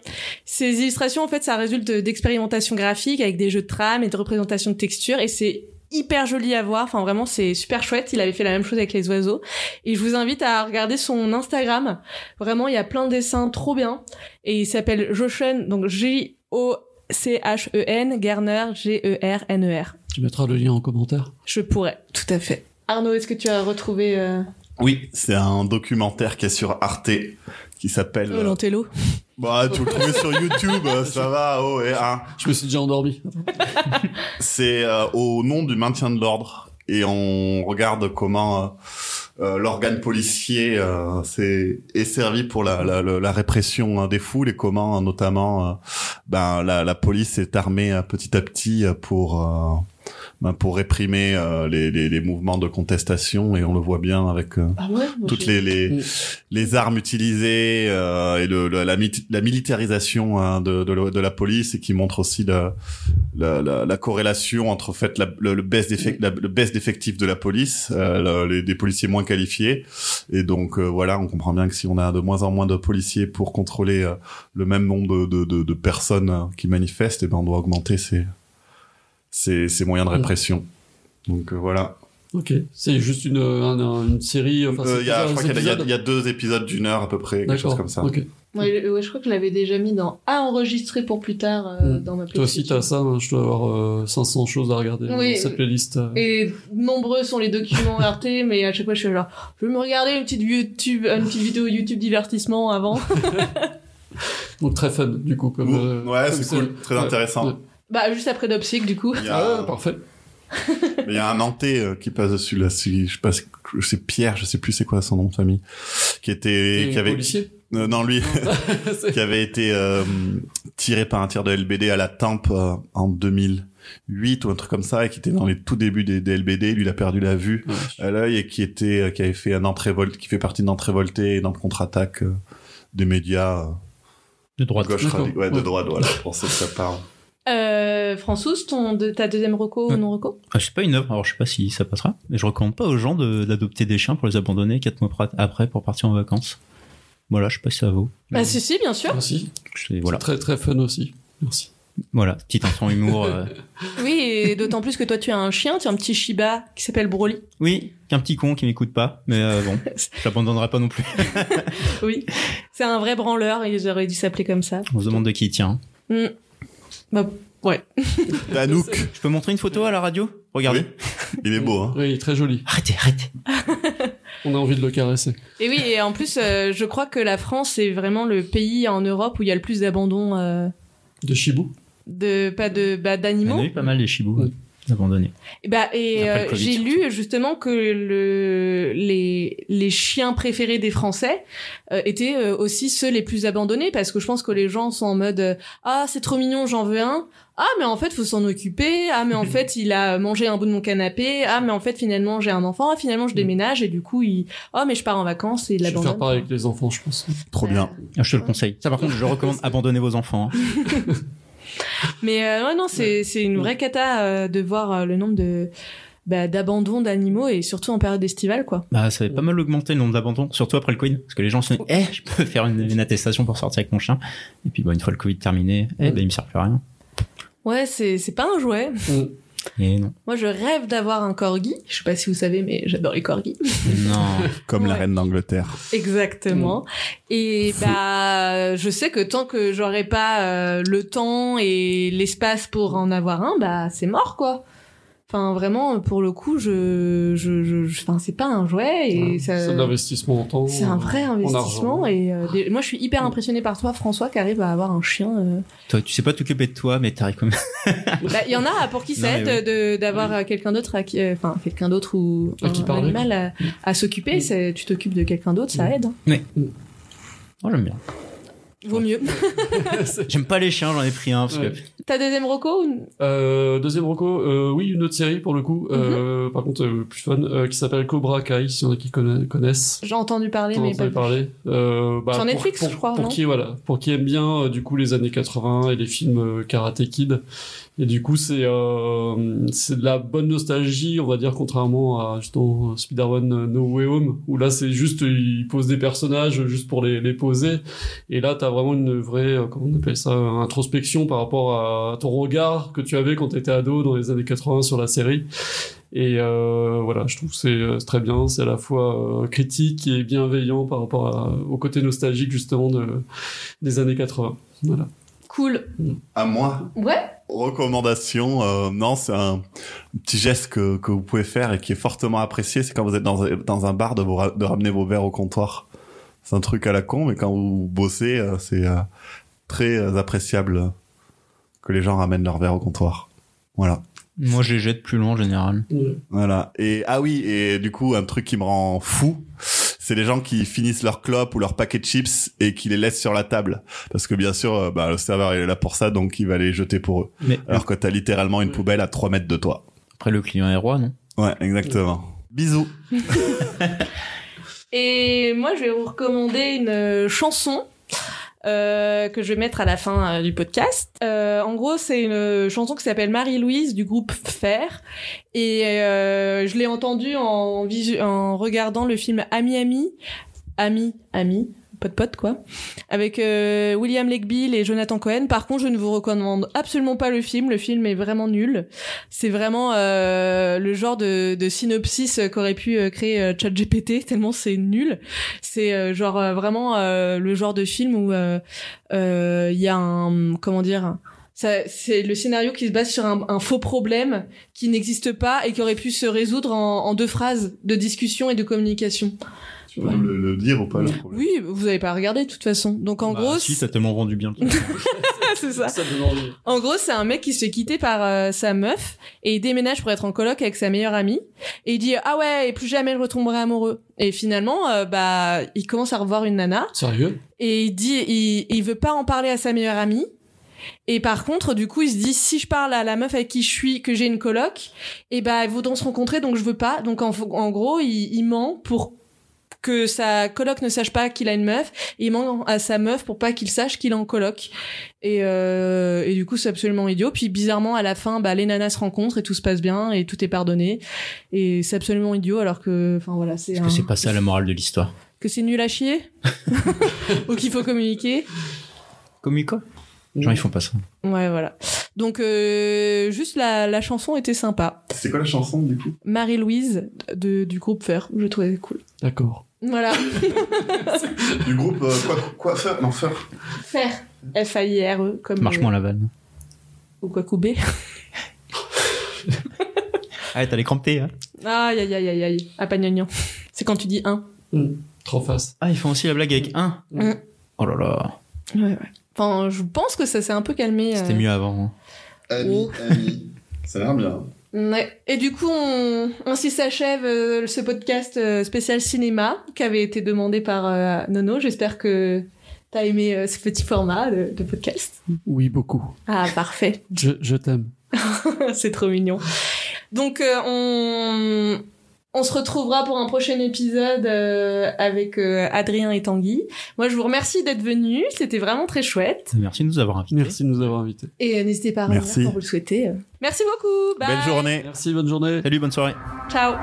A: Ces illustrations, en fait, ça résulte de- d'expérimentations graphiques avec des jeux de trames et de représentations de textures. Et c'est hyper joli à voir. Enfin, vraiment, c'est super chouette. Il avait fait la même chose avec les oiseaux. Et je vous invite à regarder son Instagram. Vraiment, il y a plein de dessins trop bien et il s'appelle Joshen, donc J O C-H-E-N, Gerner, E G-E-R-N-E-R.
C: Tu mettras le lien en commentaire.
A: Je pourrais, tout à fait. Arnaud, est-ce que tu as retrouvé euh,
B: Oui, c'est un documentaire qui est sur Arte qui
D: Oh,
B: s'appelle. euh,
A: Lantello
B: Bah, tu le trouves sur YouTube, euh, ça va, oh, et hein.
C: Je me suis déjà endormi.
B: C'est euh, au nom du maintien de l'ordre. Et on regarde comment euh, euh, l'organe policier euh, c'est- est, servi pour la, la, la- la répression euh, des foules et comment euh, notamment euh, ben, la, la police est armée euh, petit à petit euh, pour, euh, ben, pour réprimer euh, les, les, les mouvements de contestation. Et on le voit bien avec euh,
A: Ah ouais
B: toutes les, les,
C: Mm.
B: les armes utilisées euh, et le, le- la, mit- la militarisation hein, de, de, le- de la police et qui montre aussi la, la, la, la corrélation entre en fait la, le, le baisse d'effec- la- le baisse d'effectifs de la police, euh, le- les, des policiers moins qualifiés et donc euh, voilà on comprend bien que si on a de moins en moins de policiers pour contrôler euh, le même nombre de, de, de, de personnes euh, qui manifestent, et ben on doit augmenter ces, ces, ces moyens de
C: Mm.
B: répression. Donc euh, voilà.
C: Ok. C'est juste une, euh, un- un- une série. Enfin,
B: Euh,
C: c'est
B: il y a, je
C: plusieurs
B: crois qu'il y, a- il y a-
C: épisodes.
B: il y a deux épisodes d'une heure à peu près, quelque chose
C: D'accord.
B: comme ça.
C: Ok.
A: Ouais, euh, ouais, je crois que je l'avais déjà mis dans à enregistrer pour plus tard euh,
C: Mm.
A: dans ma playlist.
C: Toi aussi, t'as ça. hein, Je dois avoir euh, 500 choses à regarder
A: Oui.
C: dans cette playlist. euh.
A: Et nombreux sont les documents Arte, mais à chaque fois je suis genre, je vais me regarder une petite YouTube, une petite vidéo YouTube divertissement avant.
C: Donc très fun, du coup. Comme,
B: Ouh,
C: euh,
B: ouais,
C: comme
B: c'est
C: série.
B: cool, très
C: Ouais.
B: intéressant.
A: Bah juste après Dopsic du coup.
B: Il y
C: Ah
B: a,
C: ouais, parfait.
B: mais il y a un Nantais euh, qui passe dessus là, si, je sais pas, je sais Pierre, je sais plus c'est quoi son nom de famille, qui était,
C: Et
B: qui avait,
C: policier.
B: euh, non lui,
C: C'est-
B: qui avait été euh, tiré par un tir de LBD à la tempe euh, en 2008 ou un truc comme ça, et qui était dans les tout débuts des, des LBD, lui il a perdu la vue
C: Ouais.
B: à l'œil et qui était, euh, qui avait fait un entrévolte, qui fait partie d'un entrévolté et d'un contre-attaque euh, des médias. euh,
D: De droite.
B: Gauche
C: D'accord.
B: radicale. Ouais, de
C: Ouais.
B: droite, voilà, pour ceux que ça parle.
A: Euh, François, ton de ta deuxième reco ou non reco
D: Ah, c'est pas une œuvre, alors je sais pas si ça passera, mais je recommande pas aux gens de- d'adopter des chiens pour les abandonner 4 mois pra- après pour partir en vacances. Voilà, je sais pas si ça vaut.
A: Bah si si bien sûr.
C: Merci.
D: C'est- Voilà,
C: C'est Très très fun aussi. Merci.
D: voilà, petit instant humour. euh.
A: Oui et d'autant plus que toi tu as un chien, tu as un petit Shiba qui s'appelle Broly.
D: Oui, qu'un petit con qui m'écoute pas, mais euh, bon, je l'abandonnerai pas non plus.
A: Oui. C'est un vrai branleur, ils auraient dû s'appeler comme ça.
D: On se demande de qui il tient.
B: Danouk,
D: Je peux montrer une photo à la radio Regardez.
B: il est beau, hein.
C: Oui, très joli.
D: Arrêtez, arrêtez.
C: On a envie de le caresser.
A: Et oui et en plus euh, je crois que la France est vraiment le pays en Europe où il y a le plus d'abandon euh,
C: De Shibu.
A: de pas de bah,
D: On
A: d'animaux.
D: a eu pas mal des chibous
C: Oui.
D: euh, abandonnés.
A: Et Bah, et
D: Après le
A: euh,
D: Covid,
A: j'ai
D: surtout.
A: lu justement que le, les, les chiens préférés des Français euh, étaient euh, aussi ceux les plus abandonnés parce que je pense que les gens sont en mode euh, ah c'est trop mignon j'en veux un ah mais en fait faut s'en occuper ah mais en fait il a mangé un bout de mon canapé ah mais en fait finalement j'ai un enfant ah finalement je déménage et du coup il oh mais je pars en vacances et il
C: Je vais faire pareil
A: l'abandonne.
C: avec les enfants, je pense.
B: Trop bien.
D: Ah, je te le conseille. Ça, par contre, je recommande abandonner vos enfants. hein.
A: Mais euh, ouais, non, c'est c'est une vraie cata euh, de voir euh, le nombre de bah, d'abandon d'animaux et surtout en période estivale quoi.
D: Bah, ça avait pas mal augmenté le nombre d'abandons, surtout après le Covid, parce que les gens se disent, eh, je peux faire une, une attestation pour sortir avec mon chien. Et puis, bah, une fois le Covid terminé, eh, ben, il me sert plus à rien.
A: Ouais, c'est c'est pas un jouet.
D: Et non.
A: Moi, je rêve d'avoir un corgi. Je sais pas si vous savez, mais j'adore les corgis.
D: Non.
B: Comme la
A: Ouais.
B: reine d'Angleterre.
A: Exactement. Mm. Et bah, je sais que tant que j'aurai pas euh, le temps et l'espace pour en avoir un, bah, c'est mort, quoi. Enfin, vraiment, pour le coup, je, je, je, je- enfin, c'est pas un jouet et
C: Ouais.
A: ça.
C: C'est de l'investissement en temps. euh,
A: C'est un vrai
C: en
A: investissement
C: argent.
A: et euh, des- moi je suis hyper impressionnée par toi François qui arrive à avoir un chien. euh.
D: Toi, tu sais pas t'occuper de toi, mais t'arrives quand même.
A: Bah, Il y en a pour qui ça
D: Non, mais
A: aide de- d'avoir euh, quelqu'un d'autre à qui, euh, enfin quelqu'un d'autre ou
C: À qui
A: un
C: parler.
A: animal à, à s'occuper.
C: Mm.
A: c'est- Tu t'occupes de quelqu'un d'autre, ça
C: Mm.
A: aide. hein.
D: Oh, j'aime bien.
A: Vaut mieux.
C: C'est-
D: J'aime pas les chiens, j'en ai pris un, parce
C: Ouais.
D: que.
A: Ta deuxième reco ou-
C: Euh, deuxième reco, euh, oui, une autre série pour le coup. euh,
A: Mm-hmm.
C: Par contre, euh, plus fun, euh, qui s'appelle Cobra Kai, s'il y en a qui conna- connaissent.
A: J'ai entendu parler,
C: T'en as
A: mais pas
C: entendu parler Euh, bah,
A: Sur
C: pour-
A: Netflix,
C: pour,
A: je crois,
C: Pour
A: non
C: qui voilà, pour qui aime bien euh, du coup les années 80 et les films euh, Karate Kid. Et du coup, c'est euh, c'est de la bonne nostalgie, on va dire, contrairement à justement Spider-Man euh, No Way Home, où là c'est juste euh, ils posent des personnages euh, juste pour les, les poser. Et là, t'as vraiment une vraie, euh, comment on appelle ça, euh, introspection par rapport à ton regard que tu avais quand t'étais ado dans les années 80 sur la série. Et euh, voilà, je trouve que c'est euh, c'est très bien. C'est à la fois euh, critique et bienveillant par rapport à- au côté nostalgique justement de, des années 80. Voilà.
A: cool.
B: À moi
A: Ouais.
B: Recommandation, euh, non, c'est un petit geste que, que vous pouvez faire et qui est fortement apprécié, c'est quand vous êtes dans, un- dans un bar de, vous ra- de ramener vos verres au comptoir. C'est un truc à la con, mais quand vous bossez, euh, c'est euh, très euh, appréciable euh, que les gens ramènent leurs verres au comptoir. Voilà.
D: Moi, je les jette plus loin en général.
B: Voilà. Et ah oui, et du coup, un truc qui me rend fou, c'est les gens qui finissent leur clope ou leur paquet de chips et qui les laissent sur la table. Parce que bien sûr, euh, bah, le serveur il est là pour ça, donc il va les jeter pour eux.
D: Mais
B: Alors que t'as littéralement une poubelle à 3 mètres de toi.
D: après, le client est roi, non
B: Ouais, exactement. Bisous.
A: Et moi, je vais vous recommander une euh, chanson euh, que je vais mettre à la fin euh, du podcast. Euh, en gros, c'est une euh, chanson qui s'appelle Marie-Louise du groupe Fer. Et euh, je l'ai entendue en, visu- en regardant le film Ami Ami. Ami, Ami. Pote pote quoi, avec euh, William Legbill et Jonathan Cohen. Par contre, je ne vous recommande absolument pas le film. Le film est vraiment nul. C'est vraiment euh, le genre de, de synopsis qu'aurait pu euh, créer euh, ChatGPT tellement c'est nul. C'est euh, genre euh, vraiment euh, le genre de film où euh, euh, il y a un comment dire ça, c'est le scénario qui se base sur un, un faux problème qui n'existe pas et qui aurait pu se résoudre en, en deux phrases de discussion et de communication.
B: Tu
A: peux Ouais. nous
B: le, dire ou pas le problème
A: Oui, vous n'avez pas regardé de toute façon. Donc en
D: Bah,
A: gros,
D: Si, t'as tellement vendu bien le truc.
A: c'est ça.
C: Ça donne envie.
A: En gros, c'est un mec qui se fait quitter par euh, sa meuf et il déménage pour être en coloc avec sa meilleure amie. Et il dit ah ouais, et plus jamais je retomberai amoureux. Et finalement, euh, bah, il commence à revoir une nana
C: Sérieux
A: et il dit il, il veut pas en parler à sa meilleure amie. Et par contre, du coup, il se dit si je parle à la meuf avec qui je suis, que j'ai une coloc, et bah, elles voudront se rencontrer, donc je veux pas. Donc en, en gros, il, il ment pour que sa coloc ne sache pas qu'il a une meuf. Et il ment à sa meuf pour pas qu'il sache qu'il est en coloc. Et, euh, et du coup, c'est absolument idiot. Puis bizarrement, à la fin, bah, les nanas se rencontrent et tout se passe bien et tout est pardonné. Et c'est absolument idiot, alors que, enfin voilà, c'est.
D: Est-ce que
A: un-
D: c'est pas ça la morale de l'histoire
A: que c'est nul à chier ou qu'il faut communiquer.
D: Comme quoi Genre, ils font pas ça.
A: Ouais, voilà. Donc, euh, juste la, la chanson était sympa.
B: C'est quoi la chanson du coup
A: Marie-Louise de, du groupe Fer, je trouvais cool.
C: D'accord.
A: Voilà.
B: Du groupe euh, quoi, quoi faire Non, faire.
A: Fer. F-A-I-R-E, comme. euh,
D: Marche-moi la vanne.
A: Ou quoi couper.
D: Ah, t'allais cramper, hein
A: Aïe, aïe, aïe, aïe, aïe. Ah, pas gnagnan. C'est quand tu dis un.
C: Trop face.
D: Ah, ils font aussi la blague avec un.
A: Mm.
D: Oh là là,
A: Ouais, ouais. Enfin, je pense que ça s'est un peu calmé.
D: c'était
A: euh.
D: mieux avant. hein.
A: Ami, Oh.
B: ami. Ça a l'air bien.
A: Ouais. Et du coup, on, ainsi s'achève euh, ce podcast euh, spécial cinéma qui avait été demandé par euh, Nono. J'espère que t'as aimé euh, ce petit format de, de podcast.
C: Oui, beaucoup.
A: Ah, parfait.
C: Je, je t'aime.
A: C'est trop mignon. Donc, euh, on, on se retrouvera pour un prochain épisode euh, avec euh, Adrien et Tanguy. Moi, je vous remercie d'être venus. C'était vraiment très chouette.
D: Merci de nous avoir invités.
C: Merci de nous avoir invités.
A: Et euh, n'hésitez pas à revenir
B: Merci.
A: quand vous le souhaitez. Merci beaucoup. Bye.
B: Belle journée.
C: Merci, bonne journée.
D: Salut, bonne soirée.
A: Ciao.